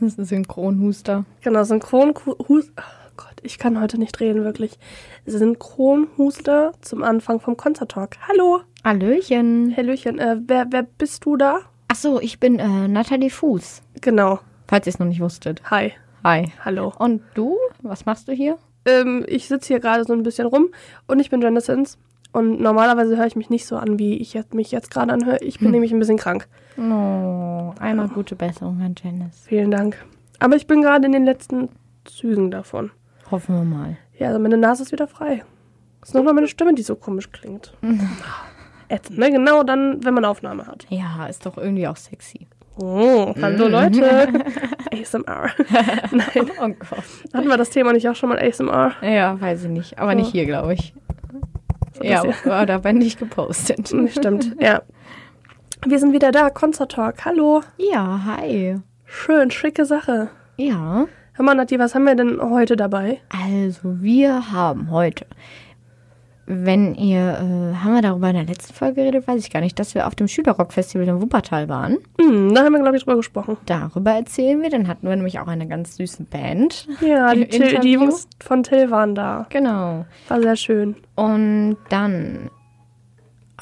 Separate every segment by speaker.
Speaker 1: Das ist ein Synchronhuster.
Speaker 2: Genau, Synchronhuster. Oh Gott, ich kann heute nicht reden, wirklich. Synchronhuster zum Anfang vom Concert Talk. Hallo,
Speaker 1: Hallöchen.
Speaker 2: Hallöchen. Äh, wer, wer bist du da?
Speaker 1: Achso, ich bin äh, Nathalie Fuß.
Speaker 2: Genau.
Speaker 1: Falls ihr es noch nicht wusstet.
Speaker 2: Hi.
Speaker 1: Hi.
Speaker 2: Hallo.
Speaker 1: Und du? Was machst du hier?
Speaker 2: Ähm, ich sitze hier gerade so ein bisschen rum und ich bin Jennessence. Und normalerweise höre ich mich nicht so an, wie ich jetzt, mich jetzt gerade anhöre. Ich bin nämlich ein bisschen krank.
Speaker 1: Oh, einmal gute Besserung an Janice.
Speaker 2: Vielen Dank. Aber ich bin gerade in den letzten Zügen davon.
Speaker 1: Hoffen wir mal.
Speaker 2: Ja, also meine Nase ist wieder frei. Ist nur noch meine Stimme, die so komisch klingt. Ätzend, ne? Genau dann, wenn man Aufnahme hat.
Speaker 1: Ja, ist doch irgendwie auch sexy.
Speaker 2: Oh,
Speaker 1: Mm.
Speaker 2: hallo Leute. ASMR. Nein,
Speaker 1: Oh Gott.
Speaker 2: hatten wir das Thema nicht auch schon mal ASMR?
Speaker 1: Ja, weiß ich nicht. Aber nicht hier, glaube ich. Ja,
Speaker 2: das
Speaker 1: war dabei nicht gepostet.
Speaker 2: Hm, Stimmt, ja. Wir sind wieder da, Concert Talk. Hallo.
Speaker 1: Ja, hi.
Speaker 2: Schön, schicke Sache.
Speaker 1: Ja.
Speaker 2: Hör mal, Nati, was haben wir denn heute dabei?
Speaker 1: Also, wir haben heute, wenn ihr, äh, haben wir darüber in der letzten Folge geredet, weiß ich gar nicht, dass wir auf dem Schülerrock-Festival in Wuppertal waren.
Speaker 2: Hm, da haben wir, glaube ich, drüber gesprochen.
Speaker 1: Darüber erzählen wir, dann hatten wir nämlich auch eine ganz süße Band.
Speaker 2: Ja, die,
Speaker 1: Im
Speaker 2: Till, die
Speaker 1: Interview?
Speaker 2: Jungs von Till waren da.
Speaker 1: Genau.
Speaker 2: War sehr schön.
Speaker 1: Und dann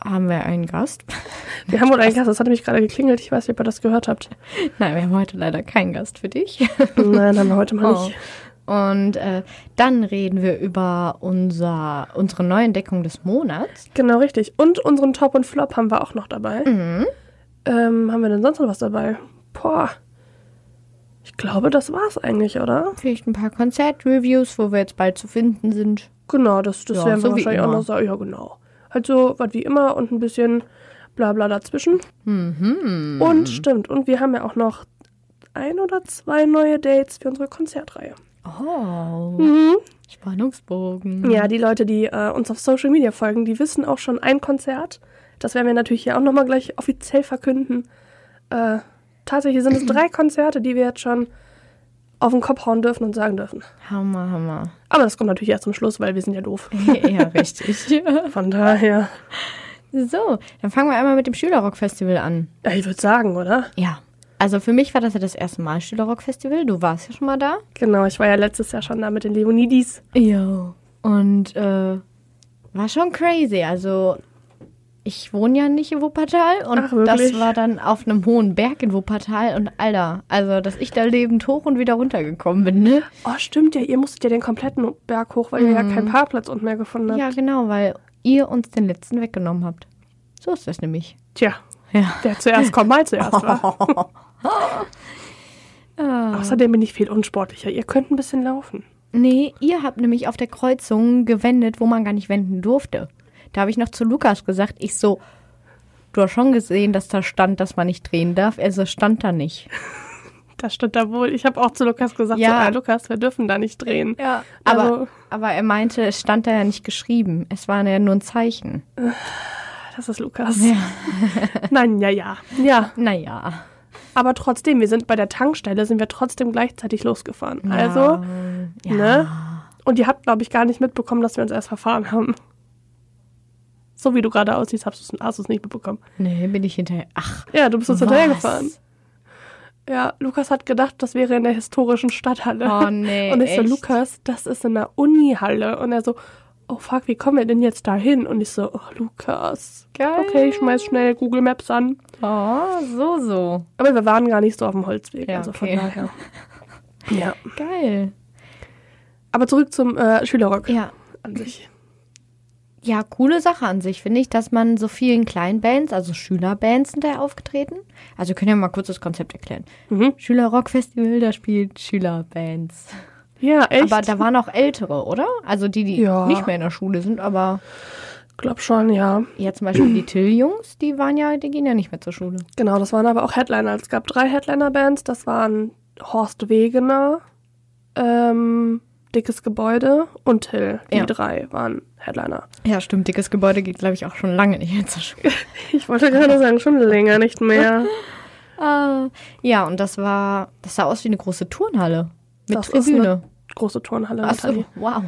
Speaker 1: haben wir einen Gast.
Speaker 2: Wir haben wohl einen Gast, das hat nämlich gerade geklingelt. Ich weiß nicht, ob ihr das gehört habt.
Speaker 1: Nein, wir haben heute leider keinen Gast für dich.
Speaker 2: Nein, haben wir heute mal
Speaker 1: Oh.
Speaker 2: nicht.
Speaker 1: Und äh, dann reden wir über unser, unsere Neuentdeckung des Monats.
Speaker 2: Genau, richtig. Und unseren Top und Flop haben wir auch noch dabei.
Speaker 1: Mhm.
Speaker 2: Ähm, haben wir denn sonst noch was dabei? Boah. Ich glaube, das war's eigentlich, oder?
Speaker 1: Vielleicht ein paar Konzertreviews, wo wir jetzt bald zu finden sind.
Speaker 2: Genau, das, das
Speaker 1: Ja,
Speaker 2: werden wir
Speaker 1: so wie
Speaker 2: wahrscheinlich auch
Speaker 1: immer.
Speaker 2: noch sagen. Ja, genau. Halt so was wie immer und ein bisschen Blabla dazwischen.
Speaker 1: Mhm.
Speaker 2: Und stimmt. Und wir haben ja auch noch ein oder zwei neue Dates für unsere Konzertreihe.
Speaker 1: Oh,
Speaker 2: Mhm.
Speaker 1: Spannungsbogen.
Speaker 2: Ja, die Leute, die äh, uns auf Social Media folgen, die wissen auch schon ein Konzert. Das werden wir natürlich hier auch nochmal gleich offiziell verkünden. Äh, tatsächlich sind es drei Konzerte, die wir jetzt schon auf den Kopf hauen dürfen und sagen dürfen.
Speaker 1: Hammer, Hammer.
Speaker 2: Aber das kommt natürlich erst zum Schluss, weil wir sind ja doof.
Speaker 1: ja, richtig.
Speaker 2: Von daher,
Speaker 1: So, dann fangen wir einmal mit dem Schülerrock-Festival an.
Speaker 2: ja, ich würde sagen, oder?
Speaker 1: Ja. Also für mich war das ja das erste Mal Schülerrock-Festival. Du warst ja schon mal da.
Speaker 2: Genau, ich war ja letztes Jahr schon da mit den Leonidis.
Speaker 1: Ja. Und äh, war schon crazy. Also ich wohne ja nicht in Wuppertal und
Speaker 2: Ach, wirklich?
Speaker 1: das war dann auf einem hohen Berg in Wuppertal und Alter, also dass ich da lebend hoch und wieder runtergekommen bin, ne?
Speaker 2: Oh, stimmt ja, ihr musstet ja den kompletten Berg hoch, weil ihr ja keinen Parkplatz unten mehr gefunden habt.
Speaker 1: Ja, genau, weil ihr uns den letzten weggenommen habt. So ist das nämlich.
Speaker 2: Tja,
Speaker 1: Ja.
Speaker 2: wer zuerst kommt, mal zuerst, wa? Außerdem bin ich viel unsportlicher. Ihr könnt ein bisschen laufen.
Speaker 1: Nee, ihr habt nämlich auf der Kreuzung gewendet, wo man gar nicht wenden durfte. Da habe ich noch zu Lukas gesagt, ich so, du hast schon gesehen, dass da stand, dass man nicht drehen darf. Also stand da nicht.
Speaker 2: Das stand da wohl. Ich habe auch zu Lukas gesagt,
Speaker 1: Ja.
Speaker 2: so, ah, Lukas, wir dürfen da nicht drehen.
Speaker 1: Ja. Aber,
Speaker 2: Also-
Speaker 1: aber er meinte, es stand da ja nicht geschrieben. Es war ja nur ein Zeichen.
Speaker 2: Das ist Lukas. Nein, ja, ja. Ja,
Speaker 1: Naja.
Speaker 2: aber trotzdem, wir sind bei der Tankstelle, sind wir trotzdem gleichzeitig losgefahren. Also,
Speaker 1: Ja. Ja.
Speaker 2: ne? Und ihr habt, glaube ich, gar nicht mitbekommen, dass wir uns erst verfahren haben. So wie du gerade aussiehst, hast du es nicht mitbekommen.
Speaker 1: Nee, bin ich hinterher. Ach,
Speaker 2: Ja, du bist uns
Speaker 1: Was?
Speaker 2: hinterhergefahren. Ja, Lukas hat gedacht, das wäre in der historischen Stadthalle.
Speaker 1: Oh, nee,
Speaker 2: Und ich so,
Speaker 1: echt?
Speaker 2: Lukas, das ist in der Unihalle. Und er so, oh fuck, wie kommen wir denn jetzt da hin? Und ich so, oh Lukas.
Speaker 1: Geil.
Speaker 2: Okay, ich schmeiß schnell Google Maps an.
Speaker 1: oh, so, so.
Speaker 2: Aber wir waren gar nicht so auf dem Holzweg,
Speaker 1: Ja,
Speaker 2: also
Speaker 1: okay.
Speaker 2: von daher. Ja.
Speaker 1: Geil.
Speaker 2: Aber zurück zum äh, Schülerrock
Speaker 1: Ja,
Speaker 2: an sich.
Speaker 1: Ja, coole Sache an sich, finde ich, dass man so vielen kleinen Bands, also Schülerbands sind da aufgetreten. Also können wir mal kurz das Konzept erklären.
Speaker 2: Mhm.
Speaker 1: Schülerrockfestival, da spielt Schülerbands.
Speaker 2: Ja, echt?
Speaker 1: Aber da waren auch ältere, oder? Also die, die
Speaker 2: Ja.
Speaker 1: nicht mehr in der Schule sind, aber
Speaker 2: Glaub schon, ja.
Speaker 1: ja zum Beispiel die Till-Jungs, die waren ja, die gehen ja nicht mehr zur Schule.
Speaker 2: Genau, das waren aber auch Headliner. Es gab drei Headliner-Bands. Das waren Horst Wegener, ähm, Dickes Gebäude und Till. Die
Speaker 1: Ja.
Speaker 2: drei waren Headliner.
Speaker 1: Ja, stimmt, dickes Gebäude geht, glaube ich, auch schon lange nicht mehr zur Schule.
Speaker 2: Ich wollte gerade sagen, schon länger nicht mehr.
Speaker 1: Ah, ja, und das war, das sah aus wie eine große Turnhalle. Mit
Speaker 2: Das ist
Speaker 1: Tribüne.
Speaker 2: Große Turnhalle.
Speaker 1: Ach so,
Speaker 2: Nathalie.
Speaker 1: wow.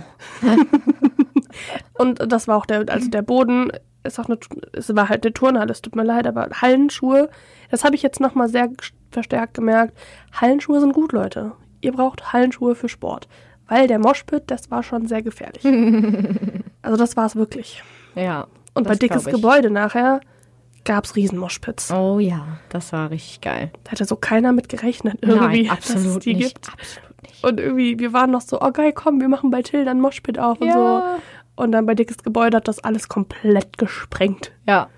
Speaker 2: Und das war auch der, also der Boden ist auch eine, es war halt eine Turnhalle, es tut mir leid, aber Hallenschuhe, das habe ich jetzt nochmal sehr st- verstärkt gemerkt, Hallenschuhe sind gut, Leute. Ihr braucht Hallenschuhe für Sport. Weil der Moshpit, das war schon sehr gefährlich. also das war es wirklich.
Speaker 1: Ja.
Speaker 2: Und bei
Speaker 1: das
Speaker 2: dickes
Speaker 1: glaub ich.
Speaker 2: Gebäude nachher gab es Riesenmoshpits.
Speaker 1: Oh ja, das war richtig geil.
Speaker 2: Da hatte so keiner mit gerechnet irgendwie,
Speaker 1: Nein, absolut
Speaker 2: dass es die
Speaker 1: nicht.
Speaker 2: gibt.
Speaker 1: Absolut nicht.
Speaker 2: Und irgendwie, wir waren noch so, oh geil, komm, wir machen bei Tilda ein Moshpit auf und
Speaker 1: Ja.
Speaker 2: so. Und dann bei dickes Gebäude hat das alles komplett gesprengt.
Speaker 1: Ja,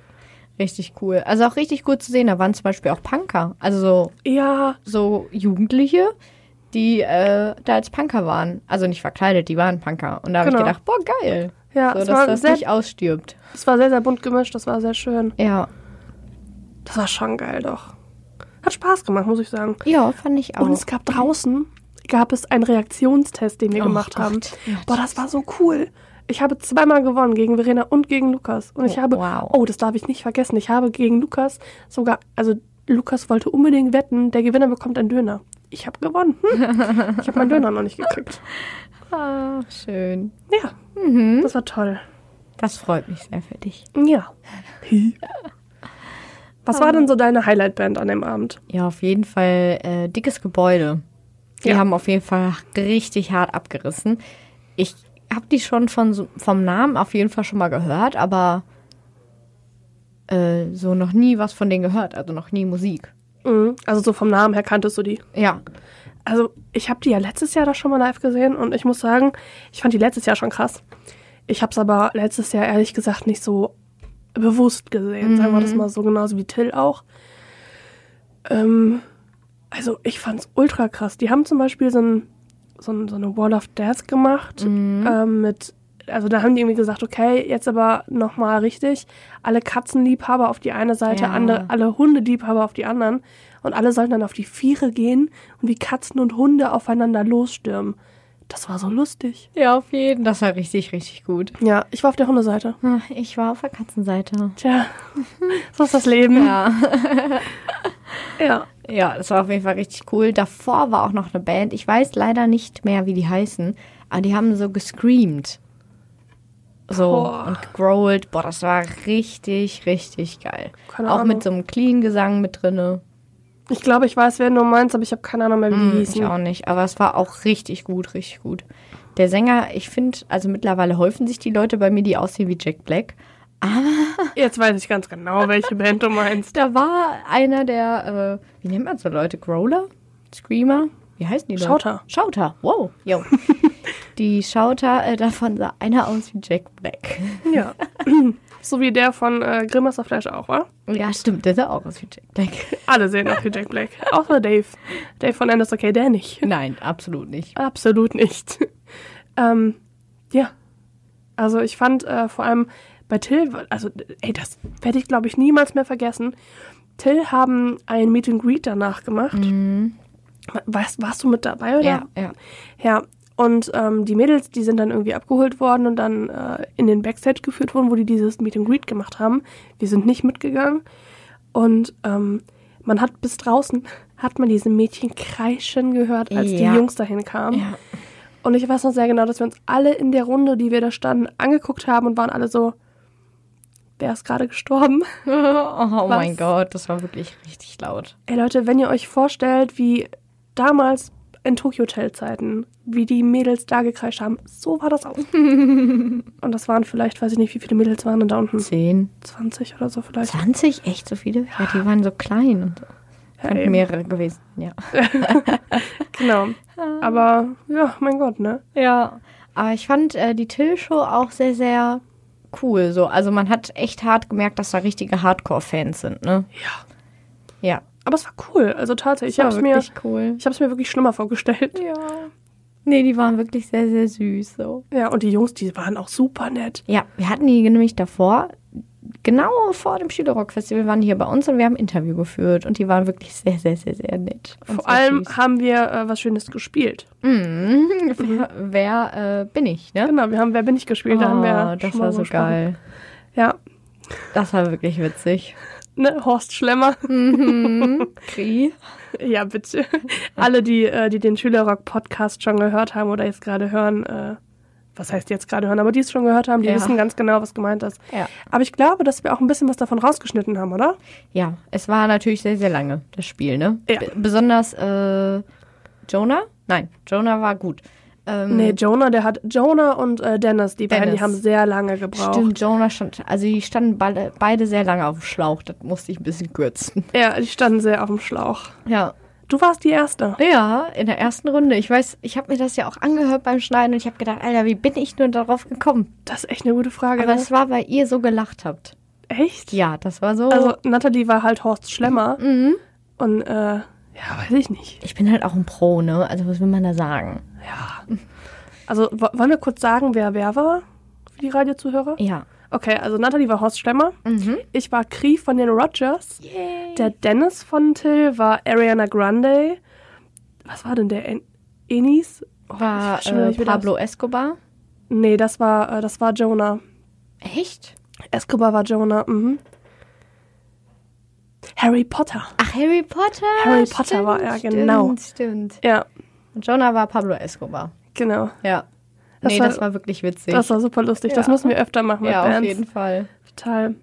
Speaker 1: richtig cool. Also auch richtig gut zu sehen. Da waren zum Beispiel auch Punker. Also so
Speaker 2: Ja,
Speaker 1: so Jugendliche, die äh, da als Punker waren. Also nicht verkleidet, die waren Punker. Und da habe
Speaker 2: Genau.
Speaker 1: ich gedacht, boah, geil.
Speaker 2: Ja,
Speaker 1: so,
Speaker 2: es
Speaker 1: dass
Speaker 2: war
Speaker 1: das
Speaker 2: sehr-
Speaker 1: nicht ausstirbt.
Speaker 2: es war sehr, sehr bunt gemischt, das war sehr schön.
Speaker 1: Ja.
Speaker 2: Das war schon geil, doch. Hat Spaß gemacht, muss ich sagen.
Speaker 1: Ja, fand ich auch.
Speaker 2: Und es gab draußen, gab es einen Reaktionstest, den wir
Speaker 1: Oh
Speaker 2: gemacht
Speaker 1: Gott.
Speaker 2: haben.
Speaker 1: Ja,
Speaker 2: Boah, das war so cool. Ich habe zweimal gewonnen gegen Verena und gegen Lukas. Und ich
Speaker 1: Oh,
Speaker 2: habe,
Speaker 1: wow.
Speaker 2: oh, das darf ich nicht vergessen, ich habe gegen Lukas sogar, also Lukas wollte unbedingt wetten, der Gewinner bekommt einen Döner. Ich habe gewonnen. Hm. Ich habe meinen Döner noch nicht gekriegt.
Speaker 1: ah, schön.
Speaker 2: Ja,
Speaker 1: Mhm.
Speaker 2: das war toll.
Speaker 1: Das freut mich sehr für dich.
Speaker 2: Ja. Hm. Was war denn so deine Highlight-Band an dem Abend?
Speaker 1: Ja, auf jeden Fall äh, dickes Gebäude. Die
Speaker 2: Ja.
Speaker 1: haben auf jeden Fall richtig hart abgerissen. Ich habe die schon von, so- vom Namen auf jeden Fall schon mal gehört, aber äh, so noch nie was von denen gehört, also noch nie Musik.
Speaker 2: Mhm. Also so vom Namen her kanntest du die.
Speaker 1: Ja,
Speaker 2: Also ich habe die ja letztes Jahr doch schon mal live gesehen und ich muss sagen, ich fand die letztes Jahr schon krass. Ich habe es aber letztes Jahr ehrlich gesagt nicht so bewusst gesehen, sagen wir das mal so, genauso wie Till auch. Ähm, also ich fand's ultra krass. Die haben zum Beispiel so, ein, so, ein, so eine Wall of Death gemacht ähm, mit, also da haben die irgendwie gesagt, okay, jetzt aber nochmal richtig, alle Katzenliebhaber auf die eine Seite,
Speaker 1: Ja.
Speaker 2: andere, alle Hundeliebhaber auf die anderen und alle sollten dann auf die Viere gehen und wie Katzen und Hunde aufeinander losstürmen. Das war so lustig.
Speaker 1: Ja, auf jeden. Das war richtig, richtig gut.
Speaker 2: Ja, ich war auf der Hundeseite.
Speaker 1: Ach, Ich war auf der Katzenseite.
Speaker 2: Tja, so ist das Leben.
Speaker 1: Ja.
Speaker 2: ja.
Speaker 1: ja, das war auf jeden Fall richtig cool. Davor war auch noch eine Band. Ich weiß leider nicht mehr, wie die heißen, aber die haben so gescreamt. So
Speaker 2: Boah.
Speaker 1: und gegrowlt. Boah, das war richtig, richtig geil.
Speaker 2: Keine
Speaker 1: auch
Speaker 2: Ahnung.
Speaker 1: mit so einem Clean-Gesang mit drinne. Mhm,
Speaker 2: Ich glaube, ich weiß, wer nur meins, aber ich habe keine Ahnung mehr, wie die
Speaker 1: Hm, Ich
Speaker 2: hießen.
Speaker 1: auch nicht. Aber es war auch richtig gut, richtig gut. Der Sänger, ich finde, also mittlerweile häufen sich die Leute bei mir, die aussehen wie Jack Black.
Speaker 2: Jetzt weiß ich ganz genau, welche Band du meinst.
Speaker 1: Da war einer der, äh, wie nennt man so Leute? Growler? Screamer? Wie heißen die Leute?
Speaker 2: Schauter.
Speaker 1: Schauter, wow. Yo. die Schauter, äh, davon sah einer aus wie Jack Black.
Speaker 2: Ja. so wie der von äh, Grimmester Flash auch, war.
Speaker 1: Ja, stimmt, der sah auch aus wie Jack Black.
Speaker 2: Alle sehen aus wie Jack Black. Außer Dave. Dave von Anders, okay, der nicht.
Speaker 1: Nein, absolut nicht.
Speaker 2: Absolut nicht. Ähm, ja. Also ich fand äh, vor allem bei Till, also ey, das werde ich glaube ich niemals mehr vergessen. Till haben ein Meet and Greet danach gemacht. Warst, warst du mit dabei oder?
Speaker 1: Mhm. Ja, ja.
Speaker 2: Ja, und ähm, die Mädels, die sind dann irgendwie abgeholt worden und dann äh, in den Backstage geführt worden, wo die dieses Meet and Greet gemacht haben. Wir sind nicht mitgegangen. Und ähm, man hat bis draußen, hat man diese Mädchen kreischen gehört, als
Speaker 1: Ja.
Speaker 2: die Jungs dahin kamen.
Speaker 1: Ja.
Speaker 2: Und ich weiß noch sehr genau, dass wir uns alle in der Runde, die wir da standen, angeguckt haben und waren alle so, wer ist gerade gestorben?
Speaker 1: Oh
Speaker 2: Was?
Speaker 1: mein Gott, das war wirklich richtig laut.
Speaker 2: Ey Leute, wenn ihr euch vorstellt, wie damals in Tokyo Hotel Zeiten, wie die Mädels da gekreischt haben, so war das auch. und das waren vielleicht, weiß ich nicht, wie viele Mädels waren denn da unten?
Speaker 1: Zehn,
Speaker 2: 20 oder so vielleicht.
Speaker 1: 20? Echt so viele? Ja, die waren so klein und so.
Speaker 2: Ja, eben.
Speaker 1: Könnten mehrere gewesen, ja.
Speaker 2: Genau. Aber ja, mein Gott, ne?
Speaker 1: Ja, aber ich fand äh, die Till-Show auch sehr, sehr cool. So. Also man hat echt hart gemerkt, dass da richtige Hardcore-Fans sind, ne?
Speaker 2: Ja.
Speaker 1: Ja.
Speaker 2: Aber es war cool. Also tatsächlich, ich
Speaker 1: war
Speaker 2: hab's mir,
Speaker 1: wirklich cool.
Speaker 2: ich hab's mir wirklich schlimmer vorgestellt.
Speaker 1: Ja. Nee, die waren wirklich sehr, sehr süß. So.
Speaker 2: Ja, und die Jungs, die waren auch super nett.
Speaker 1: Ja, wir hatten die nämlich davor, genau vor dem Schülerrock-Festival, waren die hier bei uns und wir haben ein Interview geführt und die waren wirklich sehr, sehr, sehr, sehr nett. und
Speaker 2: Vor
Speaker 1: sehr
Speaker 2: allem
Speaker 1: süß.
Speaker 2: haben wir äh, was Schönes gespielt.
Speaker 1: Mhm. Wer, wer äh, bin ich, ne?
Speaker 2: Genau, wir haben Wer bin ich gespielt, da haben wir
Speaker 1: oh, das
Speaker 2: schon mal
Speaker 1: war so
Speaker 2: gesprochen.
Speaker 1: geil.
Speaker 2: Ja,
Speaker 1: Das war wirklich witzig.
Speaker 2: ne, Horst Schlemmer.
Speaker 1: Kri.
Speaker 2: Ja, bitte. Alle, die, äh, die den Schülerrock-Podcast schon gehört haben oder jetzt gerade hören, äh, was heißt jetzt gerade hören, aber die es schon gehört haben, die
Speaker 1: Ja.
Speaker 2: wissen ganz genau, was gemeint ist.
Speaker 1: Ja.
Speaker 2: Aber ich glaube, dass wir auch ein bisschen was davon rausgeschnitten haben, oder?
Speaker 1: Ja, es war natürlich sehr, sehr lange, das Spiel, ne?
Speaker 2: Ja.
Speaker 1: B- Besonders äh, Jonah? Nein, Jonah war gut. Ähm,
Speaker 2: Nee, Jonah, der hat Jonah und äh, Dennis, die beiden,
Speaker 1: Dennis.
Speaker 2: die haben sehr lange gebraucht.
Speaker 1: Stimmt, Jonah stand, also die standen beide, beide sehr lange auf dem Schlauch, das musste ich ein bisschen kürzen.
Speaker 2: Ja, die standen sehr auf dem Schlauch.
Speaker 1: Ja.
Speaker 2: Du warst die Erste.
Speaker 1: Ja, in der ersten Runde. Ich weiß, ich habe mir das ja auch angehört beim Schneiden und ich habe gedacht, Alter, wie bin ich nur darauf gekommen?
Speaker 2: Das ist echt eine gute Frage.
Speaker 1: Aber
Speaker 2: ne?
Speaker 1: es war, weil ihr so gelacht habt.
Speaker 2: echt?
Speaker 1: Ja, das war so.
Speaker 2: Also, Natalie war halt Horst Schlemmer.
Speaker 1: mhm.
Speaker 2: Und, äh, ja, weiß ich nicht.
Speaker 1: Ich bin halt auch ein Pro, ne? Also was will man da sagen?
Speaker 2: Ja. Also, wo- wollen wir kurz sagen, wer wer war? Für die Radiozuhörer?
Speaker 1: Ja.
Speaker 2: Okay, also Natalie war Horst Schlemmer.
Speaker 1: Mhm.
Speaker 2: Ich war Cree von den Rogers.
Speaker 1: Yay.
Speaker 2: Der Dennis von Till war Ariana Grande. Was war denn der? En Enis? Oh, ich
Speaker 1: war
Speaker 2: weiß schon wieder
Speaker 1: äh,
Speaker 2: nicht, wie das-
Speaker 1: Pablo Escobar.
Speaker 2: Nee, das war, äh, das war Jonah.
Speaker 1: Echt?
Speaker 2: Escobar war Jonah. Mhm. Harry Potter.
Speaker 1: Ach, Harry Potter.
Speaker 2: Harry Potter war er, genau.
Speaker 1: Stimmt, stimmt.
Speaker 2: Ja,
Speaker 1: Und Jonah war Pablo Escobar.
Speaker 2: genau.
Speaker 1: Ja.
Speaker 2: Das
Speaker 1: nee,
Speaker 2: war-
Speaker 1: das war wirklich witzig.
Speaker 2: Das war super lustig. Das
Speaker 1: Ja.
Speaker 2: müssen wir öfter machen mit
Speaker 1: ja,
Speaker 2: Bands.
Speaker 1: auf jeden Fall.
Speaker 2: Total.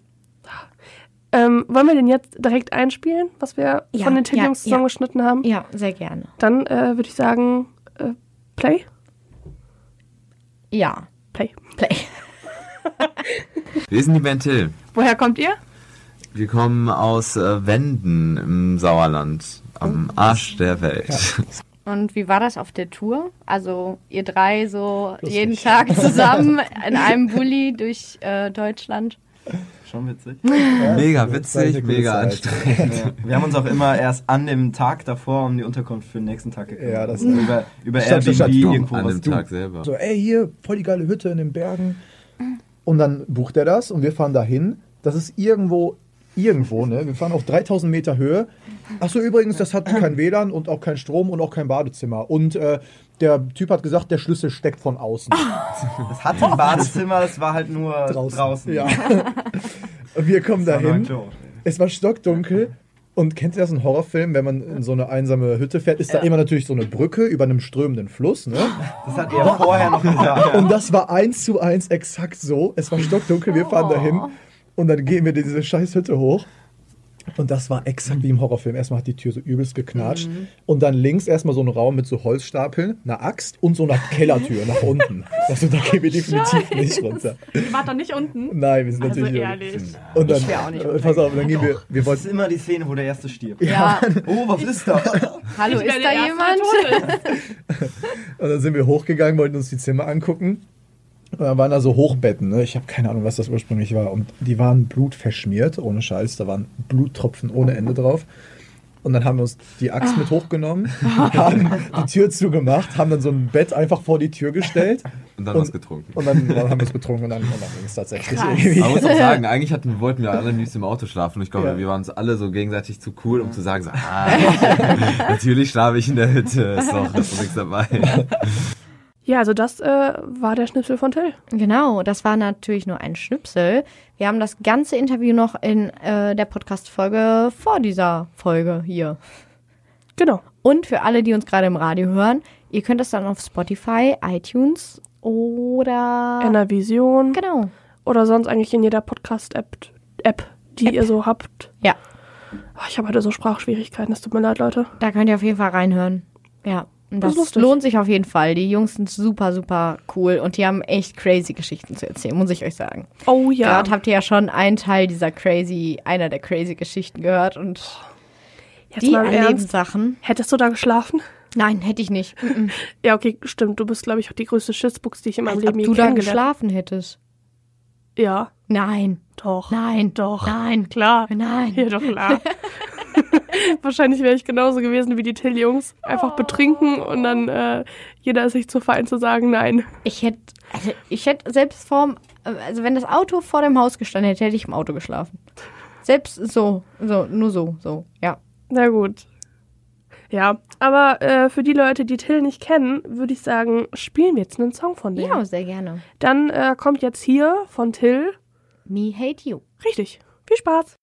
Speaker 2: Ähm, wollen wir den jetzt direkt einspielen, was wir
Speaker 1: Ja,
Speaker 2: von den Till
Speaker 1: ja,
Speaker 2: Jungs
Speaker 1: ja.
Speaker 2: zusammengeschnitten haben?
Speaker 1: Ja, sehr gerne.
Speaker 2: Dann äh, würde ich sagen, äh, Play.
Speaker 1: Ja.
Speaker 2: Play.
Speaker 1: Play.
Speaker 3: Wir sind die Band Till.
Speaker 2: Woher kommt ihr?
Speaker 3: Wir kommen aus äh, Wenden im Sauerland,
Speaker 4: Oh.
Speaker 3: am Arsch der Welt.
Speaker 1: Und wie war das auf der Tour? Also ihr drei so jeden Tag zusammen in einem Bulli durch äh, Deutschland.
Speaker 5: Schon witzig.
Speaker 3: Mega
Speaker 4: das war eine
Speaker 3: witzig,
Speaker 4: coole
Speaker 3: mega
Speaker 4: Zeit.
Speaker 3: anstrengend.
Speaker 5: Ja. Wir haben uns auch immer erst an dem Tag davor um die Unterkunft für den nächsten Tag gekümmert. Also
Speaker 4: Ja, das-
Speaker 5: über, über
Speaker 4: Statt-
Speaker 5: Airbnb
Speaker 4: statt- statt-
Speaker 5: irgendwo
Speaker 3: An
Speaker 5: was
Speaker 3: dem
Speaker 5: tun.
Speaker 3: Tag selber.
Speaker 4: So, ey, hier, voll die geile Hütte in den Bergen. Und dann bucht er das und wir fahren dahin. Das ist irgendwo, irgendwo, ne? Wir fahren auf 3000 Meter Höhe. Achso, übrigens, das hat kein WLAN und auch kein Strom und auch kein Badezimmer. Und äh, der Typ hat gesagt, der Schlüssel steckt von außen. Also
Speaker 5: Das hatte ein Badezimmer, das war halt nur Ah, draußen.
Speaker 4: Ja. Und wir kommen
Speaker 5: Das war nur ein
Speaker 4: dahin.
Speaker 5: Klo.
Speaker 4: Es war stockdunkel. Und kennt ihr das in Horrorfilmen, wenn man in so eine einsame Hütte fährt, ist da immer natürlich so eine Brücke über einem strömenden Fluss, ne?
Speaker 5: Das hat er vorher noch gesagt.
Speaker 4: Und das war eins zu eins exakt so. Es war stockdunkel, wir fahren dahin
Speaker 2: Oh.
Speaker 4: und dann gehen wir in diese scheiß Hütte hoch. Und das war exakt wie im Horrorfilm. Erstmal hat die Tür so übelst geknatscht
Speaker 2: Mhm.
Speaker 4: und dann links erstmal so ein Raum mit so Holzstapeln, einer Axt und so einer Kellertür nach unten. Also da gehen wir definitiv nicht runter.
Speaker 2: Ihr wart da nicht unten.
Speaker 4: Nein, wir sind
Speaker 2: Also
Speaker 4: natürlich
Speaker 2: ehrlich.
Speaker 4: Und dann,
Speaker 1: wär auch nicht
Speaker 4: äh, pass auf, dann gehen wir, wir
Speaker 5: Das ist
Speaker 4: wollten,
Speaker 5: immer die Szene, wo der Erste stirbt.
Speaker 1: Ja.
Speaker 5: Oh, was ist da?
Speaker 1: Hallo,
Speaker 2: Ich
Speaker 1: ist
Speaker 2: werde
Speaker 1: da
Speaker 2: erst
Speaker 1: jemand?
Speaker 4: und dann sind wir hochgegangen, wollten uns die Zimmer angucken. Und dann waren da so Hochbetten, ne? Ich habe keine Ahnung, was das ursprünglich war. Und die waren blutverschmiert, ohne Scheiß. Da waren Bluttropfen ohne Ende drauf. Und dann haben wir uns die Axt mit hochgenommen, haben die Tür zugemacht, haben dann so ein Bett einfach vor die Tür gestellt.
Speaker 3: Und dann was getrunken.
Speaker 4: Und dann, dann haben wir es betrunken und dann, und dann ging es tatsächlich irgendwie.
Speaker 3: Man muss auch sagen, eigentlich hatten, wollten wir alle am liebsten im Auto schlafen. Und ich glaube,
Speaker 4: Ja.
Speaker 3: wir waren uns alle so gegenseitig zu cool, um zu sagen, so, ah, natürlich schlafe ich in der Hütte. Ist doch ist doch nichts dabei.
Speaker 2: Ja, also das äh, war der Schnipsel von Till.
Speaker 1: Genau, das war natürlich nur ein Schnipsel. Wir haben das ganze Interview noch in äh, der Podcast-Folge vor dieser Folge hier.
Speaker 2: Genau.
Speaker 1: Und für alle, die uns gerade im Radio hören, ihr könnt das dann auf Spotify, iTunes oder...
Speaker 2: In der Vision
Speaker 1: Genau.
Speaker 2: oder sonst eigentlich in jeder Podcast-App, App, die ihr so habt.
Speaker 1: Ja,
Speaker 2: Oh, ich habe heute so Sprachschwierigkeiten, es tut mir leid, Leute.
Speaker 1: Da könnt ihr auf jeden Fall reinhören. Ja. Und das
Speaker 2: Das ist lustig.
Speaker 1: lohnt sich auf jeden Fall. Die Jungs sind super, super cool und die haben echt crazy Geschichten zu erzählen, muss ich euch sagen.
Speaker 2: Oh ja.
Speaker 1: Gerade habt ihr ja schon einen Teil dieser crazy, einer der crazy Geschichten gehört und
Speaker 2: Jetzt
Speaker 1: die
Speaker 2: mal im
Speaker 1: erleben
Speaker 2: Ernst.
Speaker 1: Sachen.
Speaker 2: Hättest du da geschlafen?
Speaker 1: Nein, hätte ich nicht. Mm, mm.
Speaker 2: Ja, okay, stimmt. Du bist, glaube ich, auch die größte Schissbuchs, die ich in meinem
Speaker 1: Als ob
Speaker 2: Leben je
Speaker 1: du da
Speaker 2: kennengelernt
Speaker 1: geschlafen hättest.
Speaker 2: habe. Ja,
Speaker 1: Nein,
Speaker 2: doch.
Speaker 1: nein,
Speaker 2: Doch.
Speaker 1: nein,
Speaker 2: Klar. Ja,
Speaker 1: nein.
Speaker 2: doch klar. Wahrscheinlich wäre ich genauso gewesen wie die Till-Jungs. Einfach betrinken und dann äh, jeder ist sich zu fein zu sagen, nein.
Speaker 1: Ich hätte, also ich hätte selbst vorm, also wenn das Auto vor dem Haus gestanden hätte, hätte ich im Auto geschlafen. Selbst so, so, nur so, so, ja.
Speaker 2: Na gut. Ja, aber äh, für die Leute, die Till nicht kennen, würde ich sagen, spielen wir jetzt einen Song von denen.
Speaker 1: Ja, sehr gerne.
Speaker 2: Dann äh, kommt jetzt hier von Till.
Speaker 1: Me Hate You.
Speaker 2: Richtig. Viel Spaß.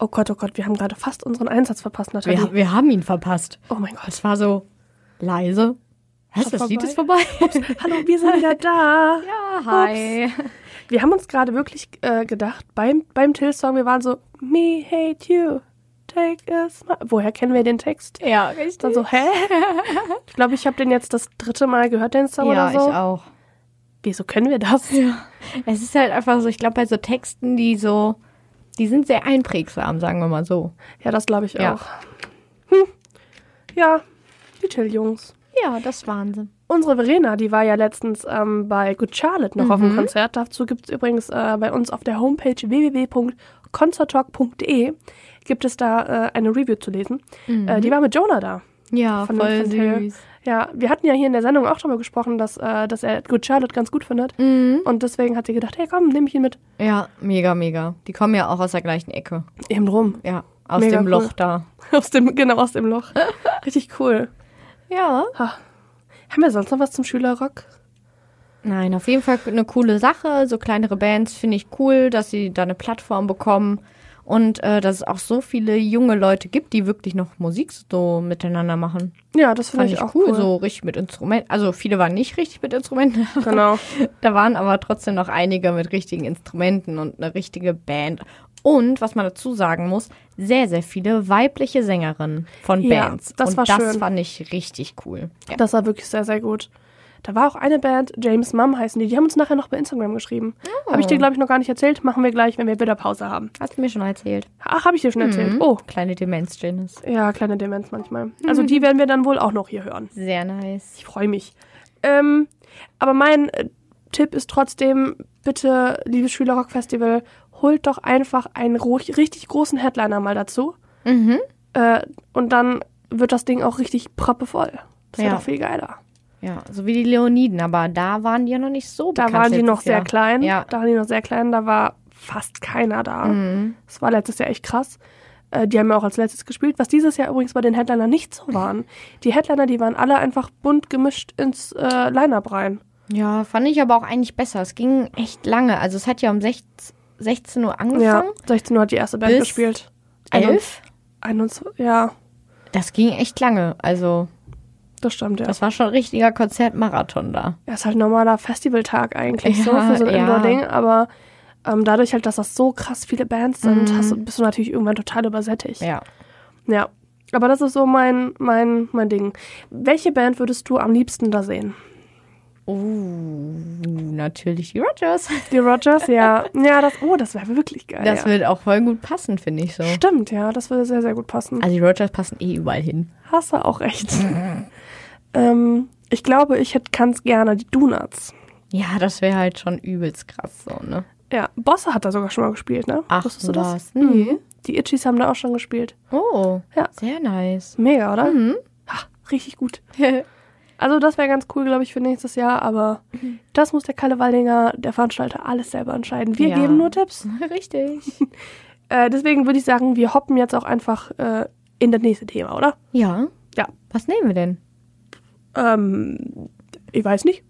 Speaker 2: Oh Gott, oh Gott, wir haben gerade
Speaker 1: Also
Speaker 2: fast unseren Einsatz verpasst, Nathalie.
Speaker 1: Wir, wir haben ihn verpasst.
Speaker 2: Oh mein Gott.
Speaker 1: Es war so leise. Was, das Lied ist vorbei?
Speaker 2: Hallo, wir sind wieder da.
Speaker 1: ja, hi.
Speaker 2: Wir haben uns gerade wirklich äh, gedacht, beim, beim Till-Song, wir waren so, me hate you, take a smile. Woher kennen wir den Text?
Speaker 1: Ja, richtig.
Speaker 2: Dann so, hä? Ich glaube, ich habe den jetzt das dritte Mal gehört, den Song
Speaker 1: ja,
Speaker 2: oder so.
Speaker 1: ich auch.
Speaker 2: Wieso können wir das?
Speaker 1: Es ist halt einfach so, ich glaube, bei so Texten, die so, die sind sehr einprägsam, sagen wir mal so.
Speaker 2: Ja, das glaube ich
Speaker 1: Ja.
Speaker 2: auch. Hm. Ja, die Till-Jungs.
Speaker 1: Ja, das ist Wahnsinn.
Speaker 2: Unsere Verena, die war ja letztens ähm, bei Good Charlotte noch auf
Speaker 1: Mhm.
Speaker 2: dem Konzert. Dazu gibt es übrigens äh, bei uns auf der Homepage www.concerttalk.de gibt es da äh, eine Review zu lesen.
Speaker 1: Mhm.
Speaker 2: Äh, die war mit Jonah da.
Speaker 1: Ja,
Speaker 2: Von dem
Speaker 1: voll
Speaker 2: Fantail.
Speaker 1: süß.
Speaker 2: Ja, wir hatten ja hier in der Sendung auch darüber gesprochen, dass, äh, dass er Good Charlotte ganz gut findet. Und deswegen hat sie gedacht, hey komm, nehme ich ihn mit.
Speaker 1: Ja, mega, mega. Die kommen ja auch aus der gleichen Ecke.
Speaker 2: Eben drum.
Speaker 1: Ja, aus
Speaker 2: Mega
Speaker 1: dem
Speaker 2: cool.
Speaker 1: Loch da.
Speaker 2: Aus dem, genau, aus dem Loch. Richtig cool.
Speaker 1: Ja.
Speaker 2: Haben wir sonst noch was zum Schülerrock?
Speaker 1: Nein, auf jeden Fall eine coole Sache. So kleinere Bands finde ich cool, dass sie da eine Plattform bekommen und äh, dass es auch so viele junge Leute gibt, die wirklich noch Musik so miteinander machen.
Speaker 2: Ja, das finde
Speaker 1: Fand
Speaker 2: ich,
Speaker 1: ich
Speaker 2: auch
Speaker 1: cool,
Speaker 2: cool.
Speaker 1: so richtig mit Instrumenten. Also viele waren nicht richtig mit Instrumenten.
Speaker 2: Genau.
Speaker 1: da waren aber trotzdem noch einige mit richtigen Instrumenten und eine richtige Band. Und was man dazu sagen muss, sehr, sehr viele weibliche Sängerinnen von
Speaker 2: Ja,
Speaker 1: Bands.
Speaker 2: das
Speaker 1: und
Speaker 2: war
Speaker 1: das
Speaker 2: schön.
Speaker 1: fand ich richtig cool. Ja.
Speaker 2: Das war wirklich sehr, sehr gut. Da war auch eine Band, James Mum heißen die. Die haben uns nachher noch bei Instagram geschrieben. Habe ich dir, glaube ich, noch gar nicht erzählt. Machen wir gleich, wenn wir wieder Pause haben.
Speaker 1: Hast du mir schon erzählt.
Speaker 2: Ach, habe ich dir schon
Speaker 1: Mhm.
Speaker 2: erzählt. Oh,
Speaker 1: Kleine Demenz, Janice.
Speaker 2: ja, kleine Demenz manchmal. Also die werden wir dann wohl auch noch hier hören.
Speaker 1: Sehr nice.
Speaker 2: Ich freue mich. Ähm, aber mein äh, Tipp ist trotzdem, bitte, liebes Schülerrock-Festival, holt doch einfach einen ro- richtig großen Headliner mal dazu.
Speaker 1: Mhm.
Speaker 2: Äh, und dann wird das Ding auch richtig proppevoll. Das
Speaker 1: Ja.
Speaker 2: ja. wird doch viel geiler.
Speaker 1: Ja, so wie die Leoniden, aber da waren die ja noch nicht so
Speaker 2: Da
Speaker 1: bekannt
Speaker 2: waren die
Speaker 1: letztes
Speaker 2: noch sehr
Speaker 1: Jahr.
Speaker 2: klein.
Speaker 1: Ja.
Speaker 2: Da waren die noch sehr klein. Da war fast keiner da.
Speaker 1: Mhm.
Speaker 2: Das war letztes Jahr echt krass. Äh, die haben ja auch als letztes gespielt, was dieses Jahr übrigens bei den Headliner nicht so waren. Die Headliner, die waren alle einfach bunt gemischt ins äh, Line-Up rein.
Speaker 1: Ja, fand ich aber auch eigentlich besser. Es ging echt lange. Also es hat ja um 16, 16 Uhr
Speaker 2: Ja,
Speaker 1: angefangen.
Speaker 2: 16 Uhr hat die erste Band
Speaker 1: Bis
Speaker 2: gespielt.
Speaker 1: Elf?
Speaker 2: 21, ja,
Speaker 1: Das ging echt lange. Also
Speaker 2: das stimmt, ja.
Speaker 1: das war schon ein richtiger Konzertmarathon da.
Speaker 2: Ja, ist halt ein normaler Festivaltag eigentlich so
Speaker 1: Ja,
Speaker 2: für so ein
Speaker 1: ja.
Speaker 2: Indoor-Ding, aber ähm, dadurch halt, dass das so krass viele Bands sind, hast du, bist du natürlich irgendwann total übersättigt.
Speaker 1: Mhm. Ja.
Speaker 2: Ja. Aber das ist so mein, mein, mein Ding. Welche Band würdest du am liebsten da sehen?
Speaker 1: Uh, natürlich die Rogers.
Speaker 2: Die Rogers? Ja. Ja, das, oh, das wäre wirklich geil.
Speaker 1: Das
Speaker 2: ja.
Speaker 1: wird auch voll gut passen, finde ich so.
Speaker 2: Stimmt, ja, das würde sehr, sehr gut passen.
Speaker 1: Also die Rogers passen eh überall hin.
Speaker 2: Hast du auch recht. ähm, ich glaube, ich hätte ganz gerne die Donuts.
Speaker 1: Ja, das wäre halt schon übelst krass so, ne?
Speaker 2: Ja, Bosse hat da sogar schon mal gespielt, ne?
Speaker 1: Ach,
Speaker 2: Wusstest du das?
Speaker 1: was? Nee.
Speaker 2: Mhm. Die Itchies haben da auch schon gespielt.
Speaker 1: Oh,
Speaker 2: Ja.
Speaker 1: sehr nice.
Speaker 2: Mega, oder? Mhm. richtig gut. Also das wäre ganz cool, glaube ich, für nächstes Jahr, aber
Speaker 1: Mhm.
Speaker 2: das muss der Kalle Waldinger, der Veranstalter, alles selber entscheiden. Wir
Speaker 1: Ja.
Speaker 2: geben nur Tipps.
Speaker 1: Richtig.
Speaker 2: Äh, deswegen würde ich sagen, wir hoppen jetzt auch einfach äh, in das nächste Thema, oder?
Speaker 1: Ja.
Speaker 2: Ja.
Speaker 1: Was nehmen wir denn?
Speaker 2: Ähm, ich weiß nicht.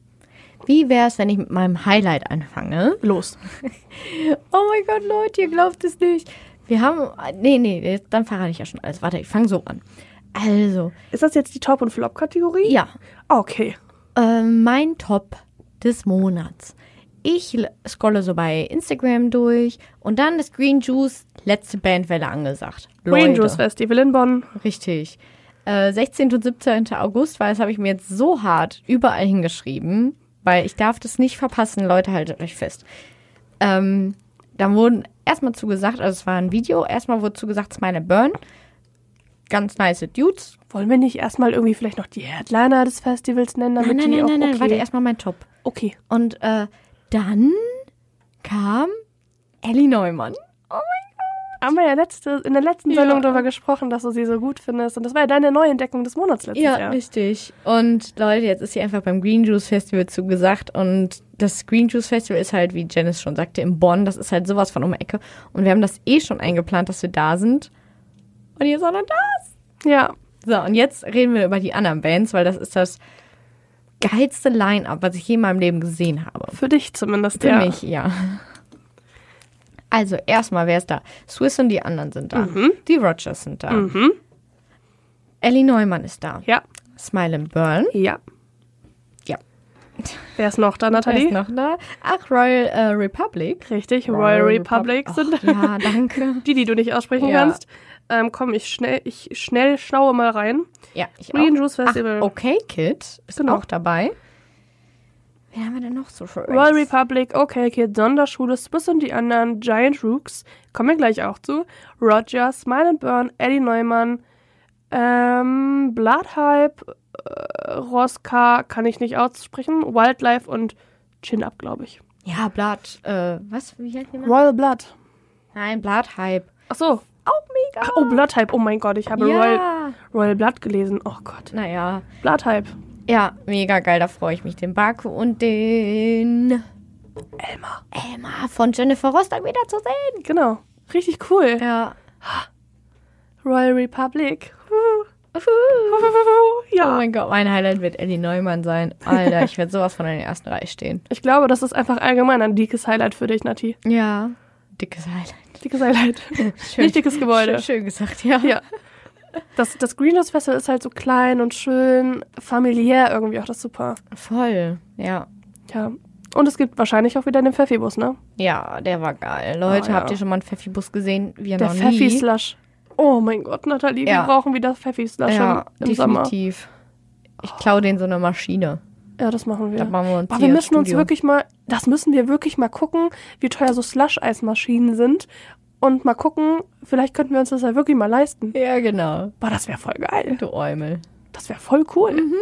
Speaker 1: Wie wäre es, wenn ich mit meinem Highlight anfange?
Speaker 2: Los.
Speaker 1: Oh mein Gott, Leute, ihr glaubt es nicht. Wir haben. Nee, nee, jetzt- dann verrate ich ja schon alles. Warte, ich fange so an. Also,
Speaker 2: Ist das jetzt die Top- und Flop-Kategorie?
Speaker 1: ja.
Speaker 2: Okay.
Speaker 1: Ähm, mein Top des Monats. Ich l- scrolle so bei Instagram durch und dann ist Green Juice letzte Bandwelle angesagt.
Speaker 2: Green
Speaker 1: Leute.
Speaker 2: Juice Festival in Bonn.
Speaker 1: Richtig. Äh, 16. und 17. August, weil das habe ich mir jetzt so hart überall hingeschrieben, weil ich darf das nicht verpassen, Leute, haltet euch fest. Ähm, dann wurden erstmal zugesagt, also es war ein Video, erstmal wurde zugesagt, Smile and Burn. Ganz nice Dudes.
Speaker 2: Wollen wir nicht erstmal irgendwie vielleicht noch die Headliner des Festivals nennen,
Speaker 1: Nein,
Speaker 2: damit
Speaker 1: nein,
Speaker 2: die
Speaker 1: nein,
Speaker 2: auch
Speaker 1: nein, nein,
Speaker 2: okay.
Speaker 1: warte, erstmal mein Top.
Speaker 2: okay.
Speaker 1: Und äh, dann kam Ellie Neumann.
Speaker 2: Haben wir ja letzte, in der letzten
Speaker 1: Ja.
Speaker 2: Sendung darüber gesprochen, dass du sie so gut findest. Und das war ja deine Neuentdeckung des Monats letztes Jahr.
Speaker 1: richtig. Und Leute, jetzt ist sie einfach beim Green Juice Festival zugesagt. Und das Green Juice Festival ist halt, wie Janice schon sagte, in Bonn. Das ist halt sowas von um die Ecke. Und wir haben das eh schon eingeplant, dass wir da sind. Und jetzt auch noch das.
Speaker 2: Ja,
Speaker 1: So, und jetzt reden wir über die anderen Bands, weil das ist das geilste Line-Up, was ich je in meinem Leben gesehen habe.
Speaker 2: für dich zumindest.
Speaker 1: Für
Speaker 2: ja.
Speaker 1: mich, ja. Also erstmal, wer ist da? Swiss und die anderen sind da. Die Rogers sind da. Ellie Neumann ist da.
Speaker 2: Ja,
Speaker 1: Smile and Burn.
Speaker 2: ja. Wer ist noch da, Nathalie?
Speaker 1: Wer ist noch da? ne? Ach, Royal äh, Republic.
Speaker 2: Richtig, Royal, Republic
Speaker 1: Repub-
Speaker 2: sind
Speaker 1: Och, Ja, danke.
Speaker 2: die, die du nicht aussprechen
Speaker 1: Ja.
Speaker 2: kannst. Ähm, komm, ich schnell, ich schnell schaue mal rein.
Speaker 1: Ja, ich
Speaker 2: Green
Speaker 1: auch.
Speaker 2: Juice Festival.
Speaker 1: Ach, okay, Kid ist
Speaker 2: Genau.
Speaker 1: auch dabei. Wen haben wir denn noch so schön?
Speaker 2: Royal Republic, Okay Kid, Sonderschule, Smith und die anderen, Giant Rooks, kommen wir gleich auch zu, Roger, Smile and Burn, Eddie Neumann, ähm, Blood Hype, äh, Roska, kann ich nicht aussprechen, Wildlife und Chin Up, glaube ich.
Speaker 1: Ja, Blatt. Äh, was? Wie heißt die noch?
Speaker 2: Royal Blood.
Speaker 1: Nein, Blatt Hype.
Speaker 2: Ach so.
Speaker 1: Auch mega.
Speaker 2: Ach, oh, Blood Hype, oh mein Gott, ich habe Royal,
Speaker 1: ja.
Speaker 2: Royal Blood gelesen, oh Gott.
Speaker 1: Naja.
Speaker 2: Blood Hype.
Speaker 1: Ja, mega geil. Da freue ich mich. Den Baku und den
Speaker 2: Elmar.
Speaker 1: Elmar von Jennifer Rostock wiederzusehen.
Speaker 2: Genau. Richtig cool.
Speaker 1: Ja.
Speaker 2: Royal Republic. Huh. Huh.
Speaker 1: Oh
Speaker 2: Ja.
Speaker 1: mein Gott, mein Highlight wird Ellie Neumann sein. Alter, ich werde sowas von in der ersten Reihe stehen.
Speaker 2: Ich glaube, das ist einfach allgemein ein dickes Highlight für dich, Nati.
Speaker 1: Ja. Dickes Highlight.
Speaker 2: Dickes Highlight.
Speaker 1: Schön,
Speaker 2: Nicht dickes Gebäude.
Speaker 1: schön, schön gesagt, ja.
Speaker 2: Ja. Das, das Greenhouse Festival ist halt so klein und schön, familiär irgendwie auch das ist super.
Speaker 1: Voll. Ja.
Speaker 2: Ja. Und es gibt wahrscheinlich auch wieder den Pfeffibus, ne?
Speaker 1: Ja, der war geil. Leute,
Speaker 2: Oh, ja.
Speaker 1: habt ihr schon mal einen Pfeffibus gesehen? Wir
Speaker 2: Der
Speaker 1: noch
Speaker 2: Pfeffi
Speaker 1: nie.
Speaker 2: Slush. Oh mein Gott, Nathalie,
Speaker 1: Ja.
Speaker 2: wir brauchen wieder Pfeffi Slush
Speaker 1: Ja,
Speaker 2: im, im Sommer.
Speaker 1: definitiv. Ich klaue den so eine Maschine.
Speaker 2: Ja, das machen wir.
Speaker 1: Da machen wir uns
Speaker 2: Aber wir
Speaker 1: hier
Speaker 2: müssen uns
Speaker 1: Studio.
Speaker 2: wirklich mal, das müssen wir wirklich mal gucken, wie teuer so Slush-Eismaschinen sind. Und mal gucken, vielleicht könnten wir uns das ja wirklich mal leisten.
Speaker 1: Ja, genau.
Speaker 2: Boah, das wäre voll geil.
Speaker 1: Du Eumel.
Speaker 2: Das wäre voll cool.
Speaker 1: Mhm.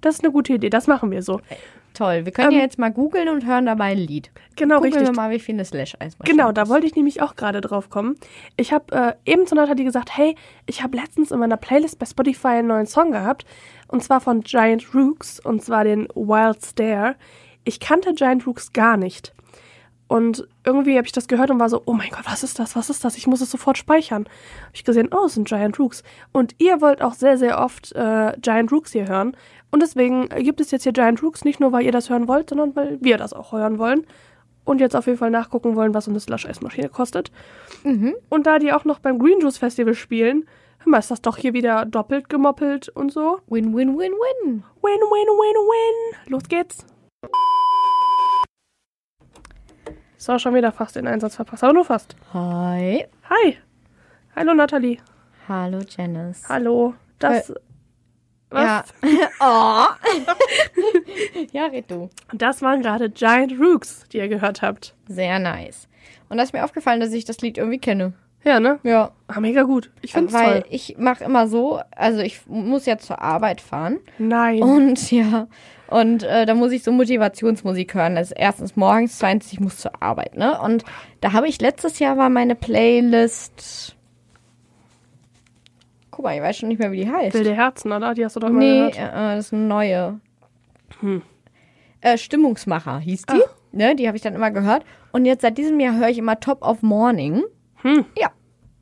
Speaker 2: Das ist eine gute Idee, das machen wir so.
Speaker 1: Äh, Toll. Wir können
Speaker 2: Ähm,
Speaker 1: ja jetzt mal googeln und hören dabei ein Lied.
Speaker 2: Genau,
Speaker 1: Gucken
Speaker 2: richtig.
Speaker 1: wir mal, wie viel eine Slash-Eismaschine
Speaker 2: Genau, da
Speaker 1: ist.
Speaker 2: wollte ich nämlich auch gerade drauf kommen. Ich habe äh, eben zu Nathalie gesagt, hey, ich habe letztens in meiner Playlist bei Spotify einen neuen Song gehabt. Und zwar von Giant Rooks, und zwar den Wild Stare. Ich kannte Giant Rooks gar nicht. Und irgendwie habe ich das gehört und war so, oh mein Gott, was ist das, was ist das? Ich muss es sofort speichern. Habe ich gesehen, oh, es sind Giant Rooks. Und ihr wollt auch sehr, sehr oft äh, Giant Rooks hier hören. Und deswegen äh, gibt es jetzt hier Giant Rooks, nicht nur, weil ihr das hören wollt, sondern weil wir das auch hören wollen und jetzt auf jeden Fall nachgucken wollen, was so eine Slush-Eismaschine kostet.
Speaker 1: Mhm.
Speaker 2: Und da die auch noch beim Green Juice Festival spielen, hör mal, ist das doch hier wieder doppelt gemoppelt und so.
Speaker 1: Win, win, win, win.
Speaker 2: Win, win, win, win. Los geht's. So, schon wieder fast den Einsatz verpasst, aber nur fast.
Speaker 1: Hi.
Speaker 2: Hi. Hallo, Nathalie.
Speaker 1: Hallo, Janice.
Speaker 2: Hallo. Das,
Speaker 1: Äh,
Speaker 2: was?
Speaker 1: Ja. oh. ja, red du.
Speaker 2: das waren gerade Giant Rooks, die ihr gehört habt.
Speaker 1: Sehr nice. Und da ist mir aufgefallen, dass ich das Lied irgendwie kenne.
Speaker 2: Ja, ne?
Speaker 1: Ja.
Speaker 2: Ah, mega gut. Ich find's
Speaker 1: Weil
Speaker 2: toll.
Speaker 1: ich mache immer so, also ich muss ja zur Arbeit fahren.
Speaker 2: Nein.
Speaker 1: Und ja, und äh, da muss ich so Motivationsmusik hören. Das ist erstens morgens, zweitens, ich muss zur Arbeit, ne? Und da habe ich letztes Jahr war meine Playlist. Guck mal, ich weiß schon nicht mehr, wie die heißt.
Speaker 2: Wilde Herzen, oder? Die hast du doch mal
Speaker 1: Nee,
Speaker 2: gehört.
Speaker 1: äh, äh, das ist eine neue. Äh, Stimmungsmacher hieß die. Ne, die habe ich dann immer gehört. Und jetzt seit diesem Jahr höre ich immer Top of Morning. Ja.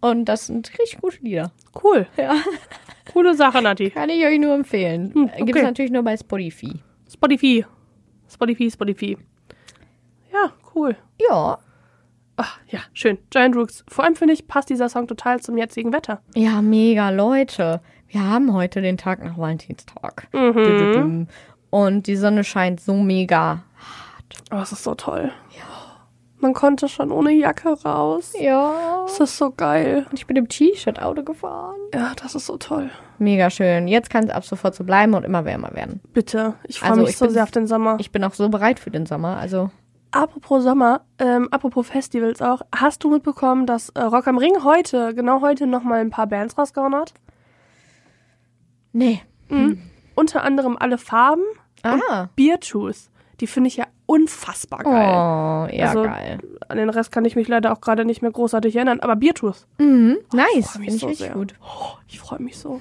Speaker 1: Und das sind richtig gute Lieder.
Speaker 2: Cool.
Speaker 1: Ja.
Speaker 2: Coole Sache, Nati.
Speaker 1: Kann ich euch nur empfehlen.
Speaker 2: Hm,
Speaker 1: Gibt
Speaker 2: okay.
Speaker 1: es natürlich nur bei Spotify.
Speaker 2: Spotify. Spotify, Spotify. Ja, cool.
Speaker 1: Ja.
Speaker 2: Ach, ja, schön. Giant Rooks. Vor allem finde ich, passt dieser Song total zum jetzigen Wetter.
Speaker 1: Ja, mega, Leute. Wir haben heute den Tag nach Valentinstag. Dü-dü-düm. Und die Sonne scheint so mega.
Speaker 2: Oh, es ist so toll. Ja. Man konnte schon ohne Jacke raus.
Speaker 1: Ja.
Speaker 2: Das ist so geil.
Speaker 1: Und ich bin im T-Shirt Auto gefahren.
Speaker 2: Ja, das ist so toll.
Speaker 1: Mega schön. Jetzt kann es ab sofort so bleiben und immer wärmer werden.
Speaker 2: Bitte. Ich freue
Speaker 1: Also,
Speaker 2: mich
Speaker 1: ich
Speaker 2: so
Speaker 1: bin-
Speaker 2: sehr auf den Sommer.
Speaker 1: Ich bin auch so bereit für den Sommer. Also,
Speaker 2: Apropos Sommer, ähm, apropos Festivals auch. Hast du mitbekommen, dass äh, Rock am Ring heute, genau heute, nochmal ein paar Bands rausgehauen hat?
Speaker 1: nee.
Speaker 2: Unter anderem alle Farben,
Speaker 1: Ah.
Speaker 2: Beertooth. Die finde ich ja unfassbar Oh, geil.
Speaker 1: Oh, ja,
Speaker 2: Also,
Speaker 1: geil.
Speaker 2: An den Rest kann ich mich leider auch gerade nicht mehr großartig erinnern, aber Biertours.
Speaker 1: Mhm. Nice.
Speaker 2: freu hm? mich
Speaker 1: Finde ich
Speaker 2: so
Speaker 1: richtig
Speaker 2: sehr.
Speaker 1: gut.
Speaker 2: Oh, ich freue mich so.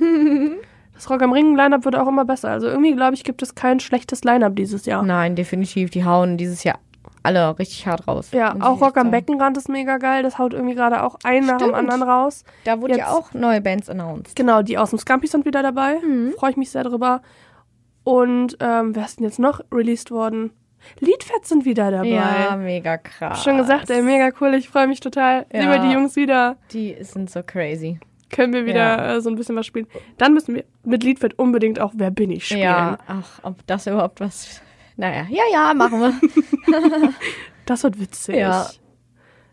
Speaker 2: das Rock am Ring Lineup wird auch immer besser. Also irgendwie glaube ich, gibt es kein schlechtes Lineup dieses Jahr.
Speaker 1: Nein, definitiv. Die hauen dieses Jahr alle richtig hart raus.
Speaker 2: Ja,
Speaker 1: muss ich
Speaker 2: auch
Speaker 1: echt
Speaker 2: Rock am
Speaker 1: sagen.
Speaker 2: Beckenrand ist mega geil. Das haut irgendwie gerade auch einen nach dem
Speaker 1: Stimmt.
Speaker 2: anderen raus.
Speaker 1: Da wurde ja
Speaker 2: Jetzt-
Speaker 1: auch neue Bands announced.
Speaker 2: Genau, die aus dem Scampi sind wieder dabei.
Speaker 1: Mhm.
Speaker 2: Freue ich mich sehr drüber. Und ähm, wer ist denn jetzt noch released worden? Liedfett sind wieder dabei.
Speaker 1: Ja, mega krass.
Speaker 2: Genau. Schon gesagt, ey, mega cool. Ich freue mich total.
Speaker 1: Ah, Ja.
Speaker 2: Sehen wir die Jungs wieder.
Speaker 1: Die sind so crazy.
Speaker 2: können wir wieder
Speaker 1: Ja.
Speaker 2: äh, so ein bisschen was spielen. Dann müssen wir mit Liedfeld unbedingt auch Wer bin ich spielen.
Speaker 1: Ja, ach, ob das überhaupt was Naja, ja, ja, machen wir.
Speaker 2: Das wird witzig.
Speaker 1: Ja.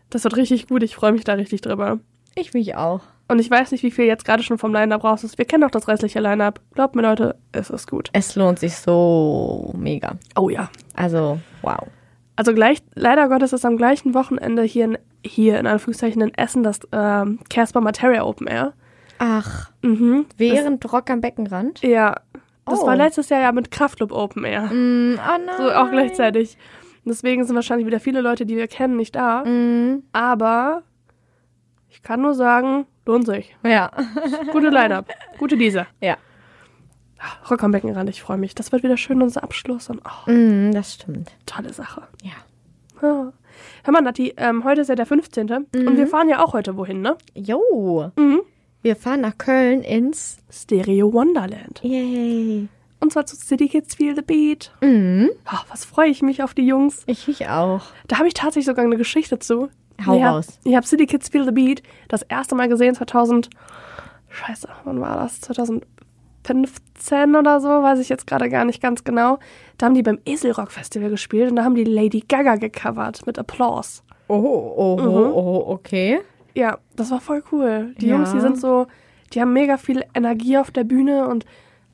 Speaker 2: Das wird richtig gut. Ich freue mich da richtig drüber.
Speaker 1: Ich mich auch.
Speaker 2: Und ich weiß nicht, wie viel jetzt gerade schon vom Line-Up raus ist. Wir kennen auch das restliche Line-Up. Glaubt mir, Leute, es ist gut.
Speaker 1: Es lohnt sich so mega.
Speaker 2: Oh ja.
Speaker 1: Also, wow.
Speaker 2: Also gleich, leider Gottes ist am gleichen Wochenende hier in, hier in Anführungszeichen in Essen das ähm, Casper Materia Open Air.
Speaker 1: Ach,
Speaker 2: Mhm.
Speaker 1: während Rock am Beckenrand?
Speaker 2: Das, ja. Das
Speaker 1: Oh.
Speaker 2: war letztes Jahr ja mit Kraftclub Open Air.
Speaker 1: Mm, oh nein.
Speaker 2: So auch gleichzeitig. Und deswegen sind wahrscheinlich wieder viele Leute, die wir kennen, nicht da.
Speaker 1: Mm,
Speaker 2: Aber ich kann nur sagen, lohnt sich.
Speaker 1: ja.
Speaker 2: Gute Line-Up. Gute Diese.
Speaker 1: Ja.
Speaker 2: Rock am Beckenrand, ich freue mich. Das wird wieder schön unser Abschluss und oh,
Speaker 1: Mm, das stimmt.
Speaker 2: tolle Sache.
Speaker 1: Ja.
Speaker 2: Ah. Hör mal, Nati, ähm, heute ist ja der 15. Und wir fahren ja auch heute wohin, ne?
Speaker 1: Jo.
Speaker 2: Mhm.
Speaker 1: Wir fahren nach Köln ins.
Speaker 2: Stereo Wonderland.
Speaker 1: Yay.
Speaker 2: Und zwar zu City Kids Feel the Beat.
Speaker 1: Mhm.
Speaker 2: Ah, was freue ich mich auf die Jungs.
Speaker 1: Ich mich auch.
Speaker 2: Da habe ich tatsächlich sogar eine Geschichte zu.
Speaker 1: Hau
Speaker 2: ich hab-
Speaker 1: raus.
Speaker 2: Ich habe City Kids Feel the Beat das erste Mal gesehen 2000. Scheiße, wann war das? 2015 oder so, weiß ich jetzt gerade gar nicht ganz genau. Da haben die beim Eselrock Festival gespielt und da haben die Lady Gaga gecovert mit Applause.
Speaker 1: Oh, oh, oh,
Speaker 2: Mhm.
Speaker 1: oh, okay.
Speaker 2: Ja, das war voll cool. Die
Speaker 1: Ja.
Speaker 2: Jungs, die sind so, die haben mega viel Energie auf der Bühne und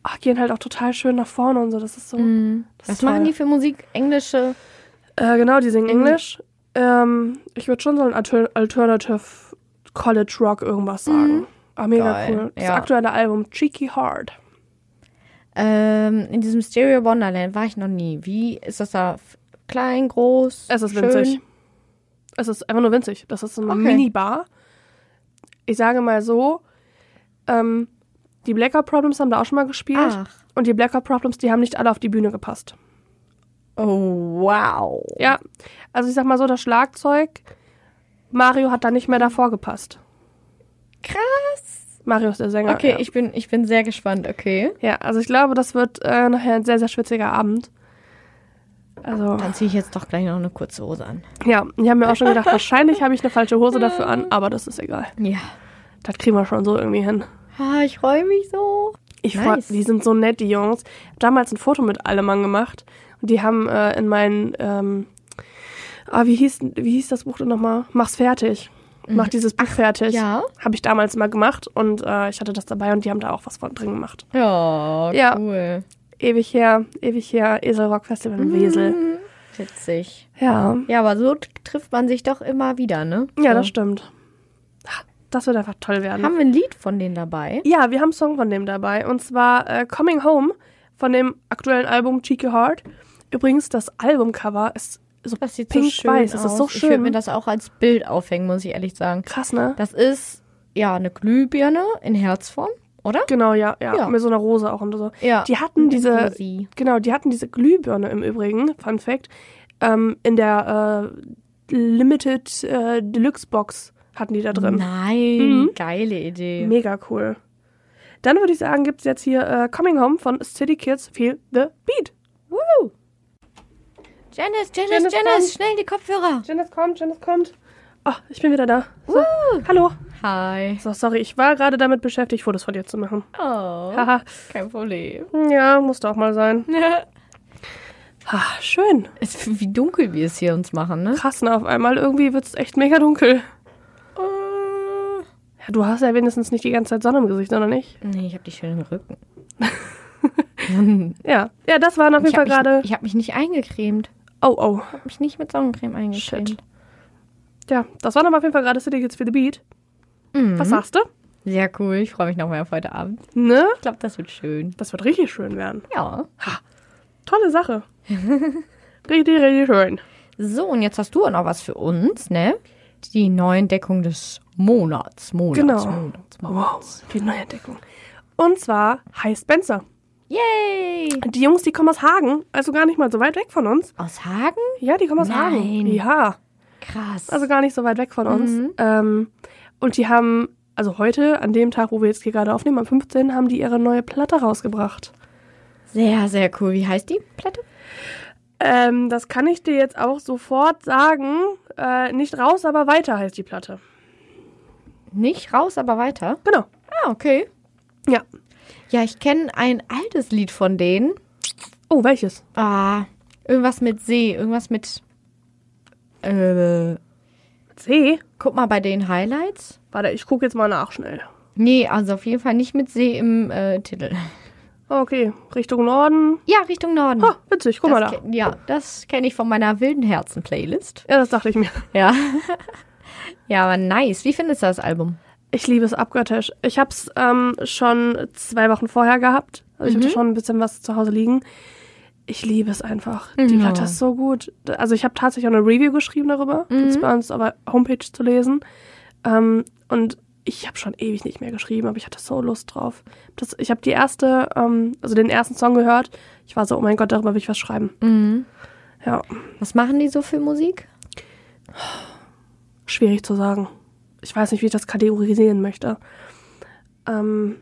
Speaker 2: ach, gehen halt auch total schön nach vorne und so. Das ist so. Das
Speaker 1: Mhm. Was
Speaker 2: ist toll.
Speaker 1: machen die für Musik? Englische?
Speaker 2: Äh, genau, die singen Englisch. Ähm, ich würde schon so ein Alter Alternative College Rock irgendwas sagen. Ah, mega
Speaker 1: Geil,
Speaker 2: cool. Das
Speaker 1: ja.
Speaker 2: aktuelle Album Cheeky Hard.
Speaker 1: Ähm, in diesem Stereo Wonderland war ich noch nie. Wie ist das da? F- Klein, groß?
Speaker 2: Es ist
Speaker 1: schön?
Speaker 2: winzig. Es ist einfach nur winzig. Das ist so eine
Speaker 1: Okay.
Speaker 2: Minibar. Ich sage mal so, ähm, die Blackout Problems haben da auch schon mal gespielt.
Speaker 1: Ach.
Speaker 2: Und die Blackout Problems, die haben nicht alle auf die Bühne gepasst.
Speaker 1: Oh, wow.
Speaker 2: Ja, also ich sag mal so, das Schlagzeug, Mario hat da nicht mehr davor gepasst. Krass. Mario ist der Sänger.
Speaker 1: Okay,
Speaker 2: ja.
Speaker 1: ich, bin, ich bin sehr gespannt, okay.
Speaker 2: Ja, also ich glaube, das wird äh, nachher ein sehr, sehr schwitziger Abend. Also,
Speaker 1: Dann ziehe ich jetzt doch gleich noch eine kurze Hose an.
Speaker 2: ja, ich habe mir auch schon gedacht, wahrscheinlich habe ich eine falsche Hose dafür an, aber das ist egal.
Speaker 1: Ja.
Speaker 2: Das kriegen wir schon so irgendwie hin.
Speaker 1: Ah, ich freue mich so.
Speaker 2: Ich
Speaker 1: Nice.
Speaker 2: freu, die sind so nett, die Jungs. Ich hab damals ein Foto mit Allemann gemacht und die haben äh, in meinen, ähm, ah, wie hieß, wie hieß das Buch denn nochmal? Mach's fertig. Mach dieses Buch fertig.
Speaker 1: Mhm. ja.
Speaker 2: Habe ich damals mal gemacht und äh, ich hatte das dabei und die haben da auch was von drin gemacht.
Speaker 1: Ja,
Speaker 2: Ja.
Speaker 1: cool.
Speaker 2: Ewig her, ewig her, Eselrock Festival in Wesel.
Speaker 1: Mhm. Witzig.
Speaker 2: Ja.
Speaker 1: Ja, aber so t- trifft man sich doch immer wieder, ne?
Speaker 2: Ja,
Speaker 1: so.
Speaker 2: das stimmt. Ah, Das wird einfach toll werden.
Speaker 1: Haben wir ein Lied von denen dabei?
Speaker 2: Ja, wir haben einen Song von dem dabei. Und zwar äh, Coming Home von dem aktuellen Album Cheeky Heart. Übrigens, das Albumcover ist so
Speaker 1: Das sieht so schön
Speaker 2: pink-weiß.
Speaker 1: aus.
Speaker 2: das ist so
Speaker 1: Ich würde mir
Speaker 2: schön.
Speaker 1: das auch als Bild aufhängen, muss ich ehrlich sagen.
Speaker 2: Krass, ne?
Speaker 1: Das ist, ja, eine Glühbirne in Herzform, oder?
Speaker 2: Genau, ja, ja,
Speaker 1: Ja.
Speaker 2: Mit so einer Rose auch und so.
Speaker 1: Ja.
Speaker 2: Die hatten diese,
Speaker 1: Rosi.
Speaker 2: genau, die hatten diese Glühbirne im Übrigen, Fun Fact, ähm, in der äh, Limited äh, Deluxe Box hatten die da drin.
Speaker 1: Nein,
Speaker 2: Mhm.
Speaker 1: geile Idee.
Speaker 2: Mega cool. Dann würde ich sagen, gibt's jetzt hier äh, Coming Home von City Kids Feel the Beat. Woo!
Speaker 1: Janice, Janice,
Speaker 2: Janice,
Speaker 1: Janice, schnell die Kopfhörer.
Speaker 2: Janice kommt, Janice kommt. Oh, ich bin wieder da. So, hallo.
Speaker 1: Hi.
Speaker 2: So, sorry, ich war gerade damit beschäftigt, Fotos von dir zu machen.
Speaker 1: Oh,
Speaker 2: Haha.
Speaker 1: kein Problem.
Speaker 2: ja, musste auch mal sein. Ah, schön.
Speaker 1: Es ist wie dunkel wir es hier uns machen, ne?
Speaker 2: Krass, ne? Auf einmal irgendwie wird's echt mega dunkel.
Speaker 1: Äh.
Speaker 2: Ja, du hast ja wenigstens nicht die ganze Zeit Sonne im Gesicht, oder nicht?
Speaker 1: Nee, ich habe dich schön im Rücken.
Speaker 2: Ja. Ja, das waren auf
Speaker 1: Ich
Speaker 2: jeden Fall
Speaker 1: habe
Speaker 2: gerade.
Speaker 1: mich, ich hab mich nicht eingecremt.
Speaker 2: Oh, oh.
Speaker 1: Ich habe mich nicht mit Sonnencreme eingecremt.
Speaker 2: Shit. Ja, das waren aber auf jeden Fall gerade City Kids for the Beat.
Speaker 1: Mhm.
Speaker 2: Was sagst du?
Speaker 1: Sehr cool. Ich freue mich noch mehr auf heute Abend.
Speaker 2: Ne?
Speaker 1: Ich glaube, das wird schön.
Speaker 2: Das wird richtig schön werden.
Speaker 1: Ja.
Speaker 2: Tolle Sache. richtig, richtig schön.
Speaker 1: So, und jetzt hast du auch noch was für uns, ne? Die Neuentdeckung des Monats. Monats,
Speaker 2: Genau.
Speaker 1: Monats, Monats.
Speaker 2: Wow, die Neuentdeckung. Und zwar High Spencer.
Speaker 1: Yay!
Speaker 2: Die Jungs, die kommen aus Hagen, also gar nicht mal so weit weg von uns.
Speaker 1: Aus Hagen?
Speaker 2: Ja, die kommen aus
Speaker 1: Nein.
Speaker 2: Hagen. Ja,
Speaker 1: Krass.
Speaker 2: also gar nicht so weit weg von uns.
Speaker 1: Mhm.
Speaker 2: Ähm, und die haben, also heute, an dem Tag, wo wir jetzt hier gerade aufnehmen, am 15., haben die ihre neue Platte rausgebracht.
Speaker 1: sehr, sehr cool. Wie heißt die Platte?
Speaker 2: Ähm, das kann ich dir jetzt auch sofort sagen. Äh, nicht raus, aber weiter heißt die Platte.
Speaker 1: Nicht raus, aber weiter.
Speaker 2: Genau.
Speaker 1: Ah, okay.
Speaker 2: Ja.
Speaker 1: Ja, ich kenne ein altes Lied von denen.
Speaker 2: Oh, welches?
Speaker 1: Ah, Irgendwas mit See, irgendwas mit. Äh,
Speaker 2: See?
Speaker 1: guck mal bei den Highlights.
Speaker 2: Warte, ich gucke jetzt mal nach schnell.
Speaker 1: Nee, also auf jeden Fall nicht mit See im äh, Titel.
Speaker 2: Okay, Richtung Norden.
Speaker 1: Ja, Richtung Norden.
Speaker 2: Ah, witzig, guck mal da.
Speaker 1: das ke- ja, das kenne ich von meiner wilden Herzen-Playlist.
Speaker 2: Ja, das dachte ich mir.
Speaker 1: Ja. ja, aber nice. Wie findest du das Album?
Speaker 2: Ich liebe es abgöttisch. Ich habe es ähm, schon zwei Wochen vorher gehabt. Also ich hatte schon ein bisschen was zu Hause liegen. Ich liebe es einfach. Die
Speaker 1: Mhm.
Speaker 2: Platte ist so gut. Also ich habe tatsächlich auch eine Review geschrieben darüber. Gibt's bei uns auf der Homepage zu lesen. Ähm, und ich habe schon ewig nicht mehr geschrieben, aber ich hatte so Lust drauf. Das, ich habe die erste, ähm, also den ersten Song gehört. Ich war so, oh mein Gott, darüber will ich was schreiben. Ja,
Speaker 1: Was machen die so für Musik?
Speaker 2: Schwierig zu sagen. Ich weiß nicht, wie ich das kategorisieren möchte. Ähm,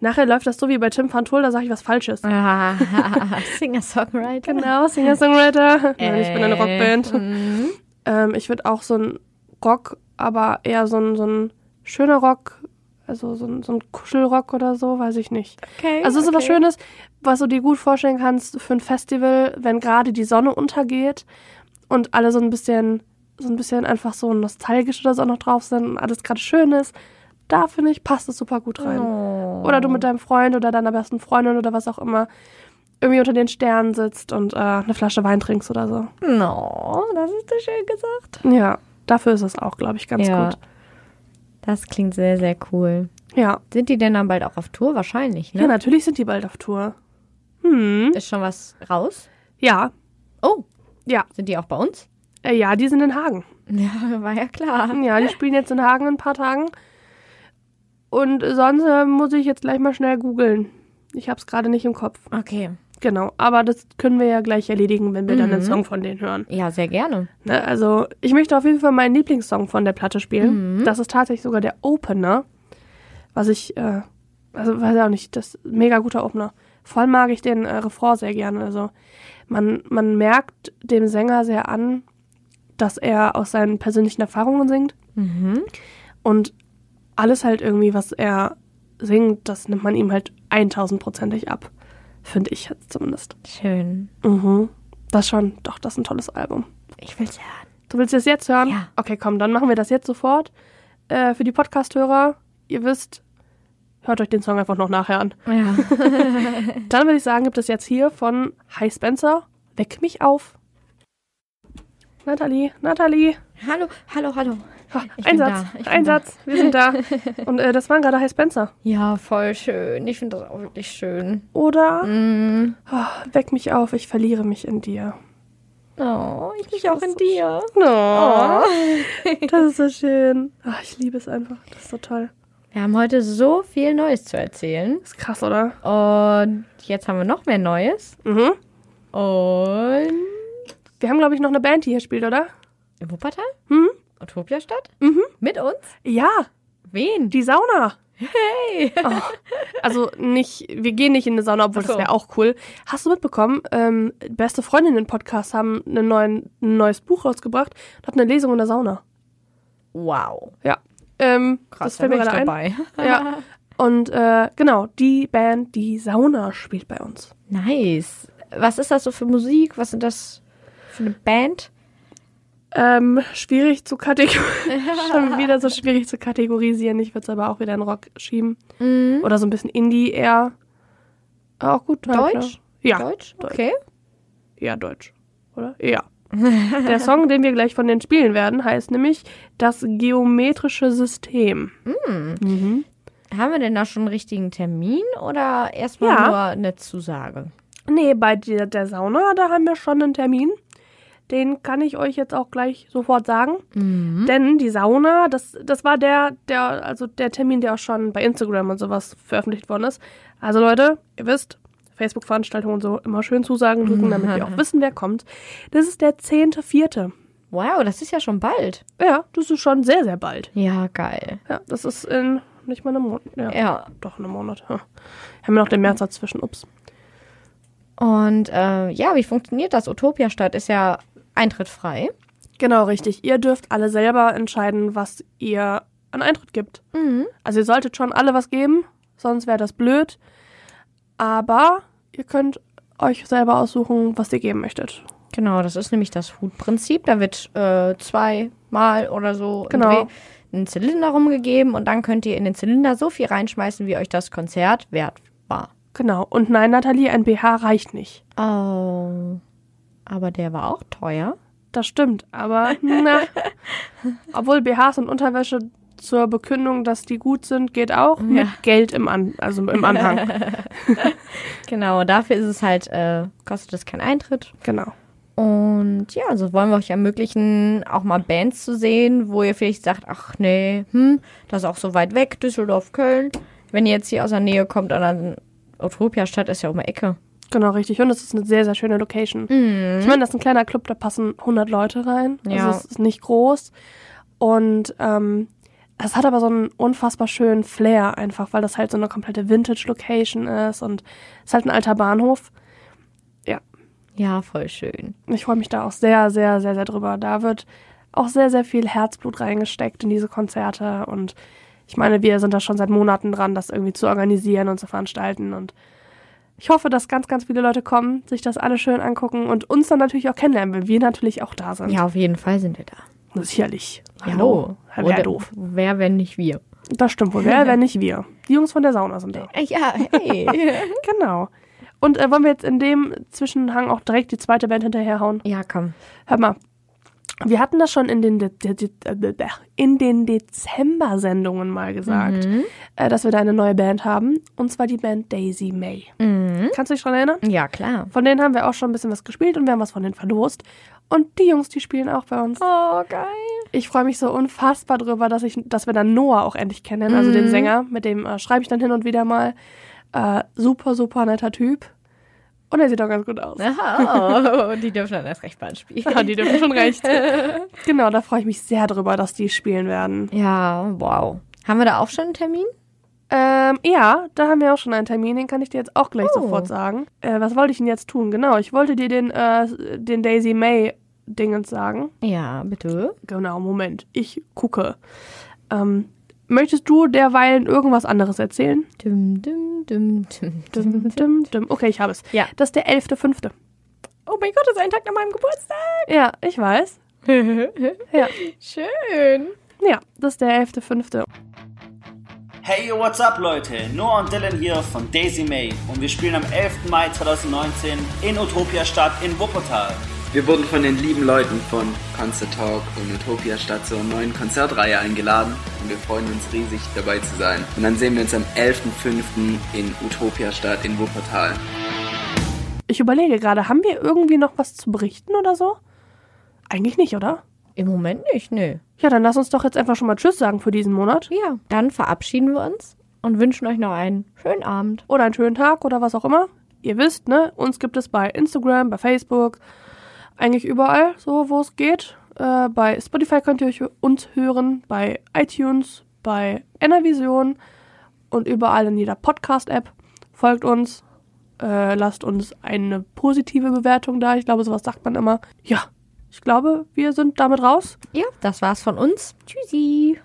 Speaker 2: nachher läuft das so wie bei Tim van Tool, da sage ich was Falsches.
Speaker 1: Singer-Songwriter.
Speaker 2: Genau, Singer-Songwriter. Nein, ich bin eine
Speaker 1: Äh,
Speaker 2: Rockband.
Speaker 1: mhm.
Speaker 2: Ähm, ich würde auch so ein Rock, aber eher so ein, so ein schöner Rock, also so ein, so ein Kuschelrock oder so, weiß ich nicht.
Speaker 1: Okay.
Speaker 2: Also so was
Speaker 1: okay.
Speaker 2: Schönes, was du dir gut vorstellen kannst für ein Festival, wenn gerade die Sonne untergeht und alle so ein bisschen, so ein bisschen einfach so nostalgisch oder so auch noch drauf sind und alles gerade schön ist. Da finde ich, passt es super gut rein.
Speaker 1: Oh.
Speaker 2: Oder du mit deinem Freund oder deiner besten Freundin oder was auch immer irgendwie unter den Sternen sitzt und äh, eine Flasche Wein trinkst oder so.
Speaker 1: No, das ist so schön gesagt.
Speaker 2: Ja, dafür ist es auch, glaube ich, ganz
Speaker 1: Ja.
Speaker 2: gut.
Speaker 1: Das klingt sehr, sehr cool.
Speaker 2: Ja.
Speaker 1: Sind die denn dann bald auch auf Tour? Wahrscheinlich, ne?
Speaker 2: ja, natürlich sind die bald auf Tour. Hm.
Speaker 1: Ist schon was raus?
Speaker 2: Ja,
Speaker 1: Oh,
Speaker 2: ja,
Speaker 1: sind die auch bei uns?
Speaker 2: äh, ja, die sind in Hagen.
Speaker 1: Ja, war ja klar.
Speaker 2: Ja, die spielen jetzt in Hagen in ein paar Tagen. Und sonst äh, muss ich jetzt gleich mal schnell googeln. Ich hab's gerade nicht im Kopf.
Speaker 1: Okay.
Speaker 2: Genau, aber das können wir ja gleich erledigen, wenn wir dann einen Song von denen hören.
Speaker 1: Ja, sehr gerne.
Speaker 2: Ne? Also, ich möchte auf jeden Fall meinen Lieblingssong von der Platte spielen. Das ist tatsächlich sogar der Opener. Was ich, äh, also weiß ich auch nicht, das ist ein mega guter Opener. Voll mag ich den äh, Refrain sehr gerne. Also, man, man merkt dem Sänger sehr an, dass er aus seinen persönlichen Erfahrungen singt. Und alles halt irgendwie, was er singt, das nimmt man ihm halt 1000%ig ab. Finde ich jetzt zumindest.
Speaker 1: Schön.
Speaker 2: Mhm. Das schon, doch, das ist ein tolles Album.
Speaker 1: Ich will's hören.
Speaker 2: Du willst das jetzt hören?
Speaker 1: Ja.
Speaker 2: Okay, komm, dann machen wir das jetzt sofort. Äh, für die Podcast-Hörer, ihr wisst, hört euch den Song einfach noch nachher an.
Speaker 1: Ja. Mhm.
Speaker 2: Dann würde ich sagen, gibt es jetzt hier von Hi Spencer, Weck mich auf. Nathalie, Nathalie,
Speaker 1: hallo, hallo, hallo.
Speaker 2: Ah,
Speaker 1: Ich
Speaker 2: ein
Speaker 1: bin
Speaker 2: Satz,
Speaker 1: da, ich bin
Speaker 2: ein
Speaker 1: da.
Speaker 2: Satz, wir sind da. Und äh, das waren gerade Hi Spencer.
Speaker 1: Ja, voll schön. Ich finde das auch wirklich schön.
Speaker 2: Oder
Speaker 1: Mm.
Speaker 2: Ah, Weck mich auf, ich verliere mich in dir.
Speaker 1: Oh, ich mich auch in dir.
Speaker 2: Oh, das ist so schön. Ah, ich liebe es einfach, das ist so toll.
Speaker 1: Wir haben heute so viel Neues zu erzählen.
Speaker 2: Ist krass, oder?
Speaker 1: Und jetzt haben wir noch mehr Neues.
Speaker 2: Mhm.
Speaker 1: Und
Speaker 2: Wir haben, glaube ich, noch eine Band, die hier spielt, oder?
Speaker 1: in Wuppertal?
Speaker 2: Mhm.
Speaker 1: Utopiastadt?
Speaker 2: Mhm.
Speaker 1: Mit uns?
Speaker 2: Ja,
Speaker 1: Wen?
Speaker 2: die Sauna.
Speaker 1: Hey!
Speaker 2: Also nicht, wir gehen nicht in eine Sauna, obwohl
Speaker 1: Ach so.
Speaker 2: das wäre auch cool. Hast du mitbekommen, ähm, beste Freundinnen-Podcast haben einen neuen, ein neues Buch rausgebracht und hat eine Lesung in der Sauna.
Speaker 1: Wow.
Speaker 2: Ja. Ähm,
Speaker 1: Krass,
Speaker 2: das fällt mir gerade ein.
Speaker 1: dabei.
Speaker 2: Ja. Und äh, genau, die Band, die Sauna spielt bei uns.
Speaker 1: Nice. Was ist das so für Musik? Was sind das für eine Band?
Speaker 2: Ähm, schwierig zu kategorisieren. Schon wieder so schwierig zu kategorisieren. Ich würde es aber auch wieder in Rock schieben.
Speaker 1: Mhm.
Speaker 2: Oder so ein bisschen Indie eher. Auch gut. halt, ne?
Speaker 1: Deutsch?
Speaker 2: Ja.
Speaker 1: Deutsch?
Speaker 2: Deutsch.
Speaker 1: Okay.
Speaker 2: eher deutsch, oder? Ja. Der Song, den wir gleich von denen spielen werden, heißt nämlich Das geometrische System.
Speaker 1: Haben wir denn da schon einen richtigen Termin oder erstmal
Speaker 2: Ja.
Speaker 1: nur eine Zusage?
Speaker 2: Nee, bei der, der Sauna, da haben wir schon einen Termin. Den kann ich euch jetzt auch gleich sofort sagen. Denn die Sauna, das, das war der, der, also der Termin, der auch schon bei Instagram und sowas veröffentlicht worden ist. Also Leute, ihr wisst, Facebook-Veranstaltungen und so immer schön Zusagen drücken, damit wir auch wissen, wer kommt. Das ist der 10.4.
Speaker 1: Wow, das ist ja schon bald.
Speaker 2: Ja, das ist schon sehr, sehr bald.
Speaker 1: Ja, geil.
Speaker 2: Ja, das ist in nicht mal einem Monat. Ja,
Speaker 1: Ja.
Speaker 2: doch einem Monat. Ja. Haben wir noch den März dazwischen. Ups.
Speaker 1: Und äh, ja, wie funktioniert das? Utopiastadt ist ja eintrittfrei.
Speaker 2: Genau, richtig. Ihr dürft alle selber entscheiden, was ihr an Eintritt gibt.
Speaker 1: Mhm.
Speaker 2: Also ihr solltet schon alle was geben, sonst wäre das blöd. Aber ihr könnt euch selber aussuchen, was ihr geben möchtet.
Speaker 1: Genau, das ist nämlich das Hutprinzip. Da wird äh, zweimal oder so im
Speaker 2: Genau.
Speaker 1: Dreh ein Zylinder rumgegeben und dann könnt ihr in den Zylinder so viel reinschmeißen, wie euch das Konzert wert war.
Speaker 2: Genau. Und nein, Nathalie, ein BH reicht nicht.
Speaker 1: Oh. Aber der war auch teuer.
Speaker 2: Das stimmt, aber na. Obwohl BHs und Unterwäsche zur Bekündung, dass die gut sind, geht auch mit Geld im, An also im Anhang.
Speaker 1: Genau, dafür ist es halt, äh, kostet es keinen Eintritt.
Speaker 2: genau.
Speaker 1: Und ja, also wollen wir euch ermöglichen, auch mal Bands zu sehen, wo ihr vielleicht sagt, ach nee, hm, das ist auch so weit weg, Düsseldorf, Köln. Wenn ihr jetzt hier aus der Nähe kommt, dann Utopia-Stadt ist ja um die Ecke.
Speaker 2: Genau, richtig. Und es ist eine sehr, sehr schöne Location. Ich meine, das ist ein kleiner Club, da passen 100 Leute rein.
Speaker 1: Ja.
Speaker 2: Also es ist nicht groß. Und ähm, es hat aber so einen unfassbar schönen Flair einfach, weil das halt so eine komplette Vintage-Location ist und es ist halt ein alter Bahnhof.
Speaker 1: Ja, voll schön.
Speaker 2: Ich freue mich da auch sehr, sehr, sehr, sehr drüber. Da wird auch sehr, sehr viel Herzblut reingesteckt in diese Konzerte. Und ich meine, wir sind da schon seit Monaten dran, das irgendwie zu organisieren und zu veranstalten. Und ich hoffe, dass ganz, ganz viele Leute kommen, sich das alle schön angucken und uns dann natürlich auch kennenlernen, weil wir natürlich auch da sind.
Speaker 1: Ja, auf jeden Fall sind wir da.
Speaker 2: Sicherlich.
Speaker 1: Ja,
Speaker 2: Wäre
Speaker 1: Oder-
Speaker 2: doof.
Speaker 1: Wer, wenn nicht wir?
Speaker 2: Das stimmt wohl. Wer, wenn nicht wir? Die Jungs von der Sauna sind da.
Speaker 1: Äh, Ja, hey.
Speaker 2: Genau. Und äh, wollen wir jetzt in dem Zwischenhang auch direkt die zweite Band hinterherhauen?
Speaker 1: ja, komm.
Speaker 2: Hör mal, wir hatten das schon in den, De De De De in den Dezember-Sendungen mal gesagt, äh, dass wir da eine neue Band haben. Und zwar die Band Daisy May. Kannst du dich dran erinnern?
Speaker 1: Ja, klar.
Speaker 2: Von denen haben wir auch schon ein bisschen was gespielt und wir haben was von denen verlost. Und die Jungs, die spielen auch bei uns.
Speaker 1: Oh, geil.
Speaker 2: Ich freue mich so unfassbar drüber, dass, ich, dass wir dann Noah auch endlich kennen, also den Sänger. Mit dem äh, schreibe ich dann hin und wieder mal. Äh, super, super netter Typ. Und er sieht auch ganz gut aus.
Speaker 1: Ne? Oh, die dürfen dann erst recht mal spielen.
Speaker 2: Ja, die dürfen schon recht. genau, da freue ich mich sehr drüber, dass die spielen werden.
Speaker 1: Ja, wow. Haben wir da auch schon einen Termin?
Speaker 2: Ähm, ja, da haben wir auch schon einen Termin, den kann ich dir jetzt auch gleich
Speaker 1: Oh.
Speaker 2: sofort sagen. Äh, was wollte ich denn jetzt tun? Genau, ich wollte dir den, äh, den Daisy May Dingens sagen.
Speaker 1: Ja, bitte.
Speaker 2: Genau, Moment, ich gucke. Ähm, möchtest du derweilen irgendwas anderes erzählen?
Speaker 1: Dum, dum, dum, dum,
Speaker 2: Dum, dum, dum. Okay, ich habe es.
Speaker 1: Ja.
Speaker 2: Das ist der 11.5.
Speaker 1: Oh mein Gott, das ist ein Tag nach meinem Geburtstag.
Speaker 2: Ja, ich weiß. Ja,
Speaker 1: Schön.
Speaker 2: ja das ist der 11.5.
Speaker 6: Hey, what's up, Leute? Noah und Dylan hier von Daisy May und wir spielen am 11. Mai 2019 in Utopia Stadt in Wuppertal.
Speaker 7: Wir wurden von den lieben Leuten von Panzer Talk und Utopia Stadt zur neuen Konzertreihe eingeladen und wir freuen uns riesig dabei zu sein. Und dann sehen wir uns am 11.05. in Utopia Stadt in Wuppertal.
Speaker 2: Ich überlege gerade, haben wir irgendwie noch was zu berichten oder so? Eigentlich nicht, oder?
Speaker 1: Im Moment nicht, nö.
Speaker 2: Ja, dann lass uns doch jetzt einfach schon mal Tschüss sagen für diesen Monat.
Speaker 1: Ja, dann verabschieden wir uns und wünschen euch noch einen schönen Abend.
Speaker 2: Oder einen schönen Tag oder was auch immer. Ihr wisst, ne? Uns gibt es bei Instagram, bei Facebook, eigentlich überall, so wo es geht. Äh, bei Spotify könnt ihr euch uns hören, bei iTunes, bei Enervision und überall in jeder Podcast-App. Folgt uns, äh, lasst uns eine positive Bewertung da. Ich glaube, sowas sagt man immer. Ja, ich glaube, wir sind damit raus.
Speaker 1: Ja, das war's von uns. Tschüssi.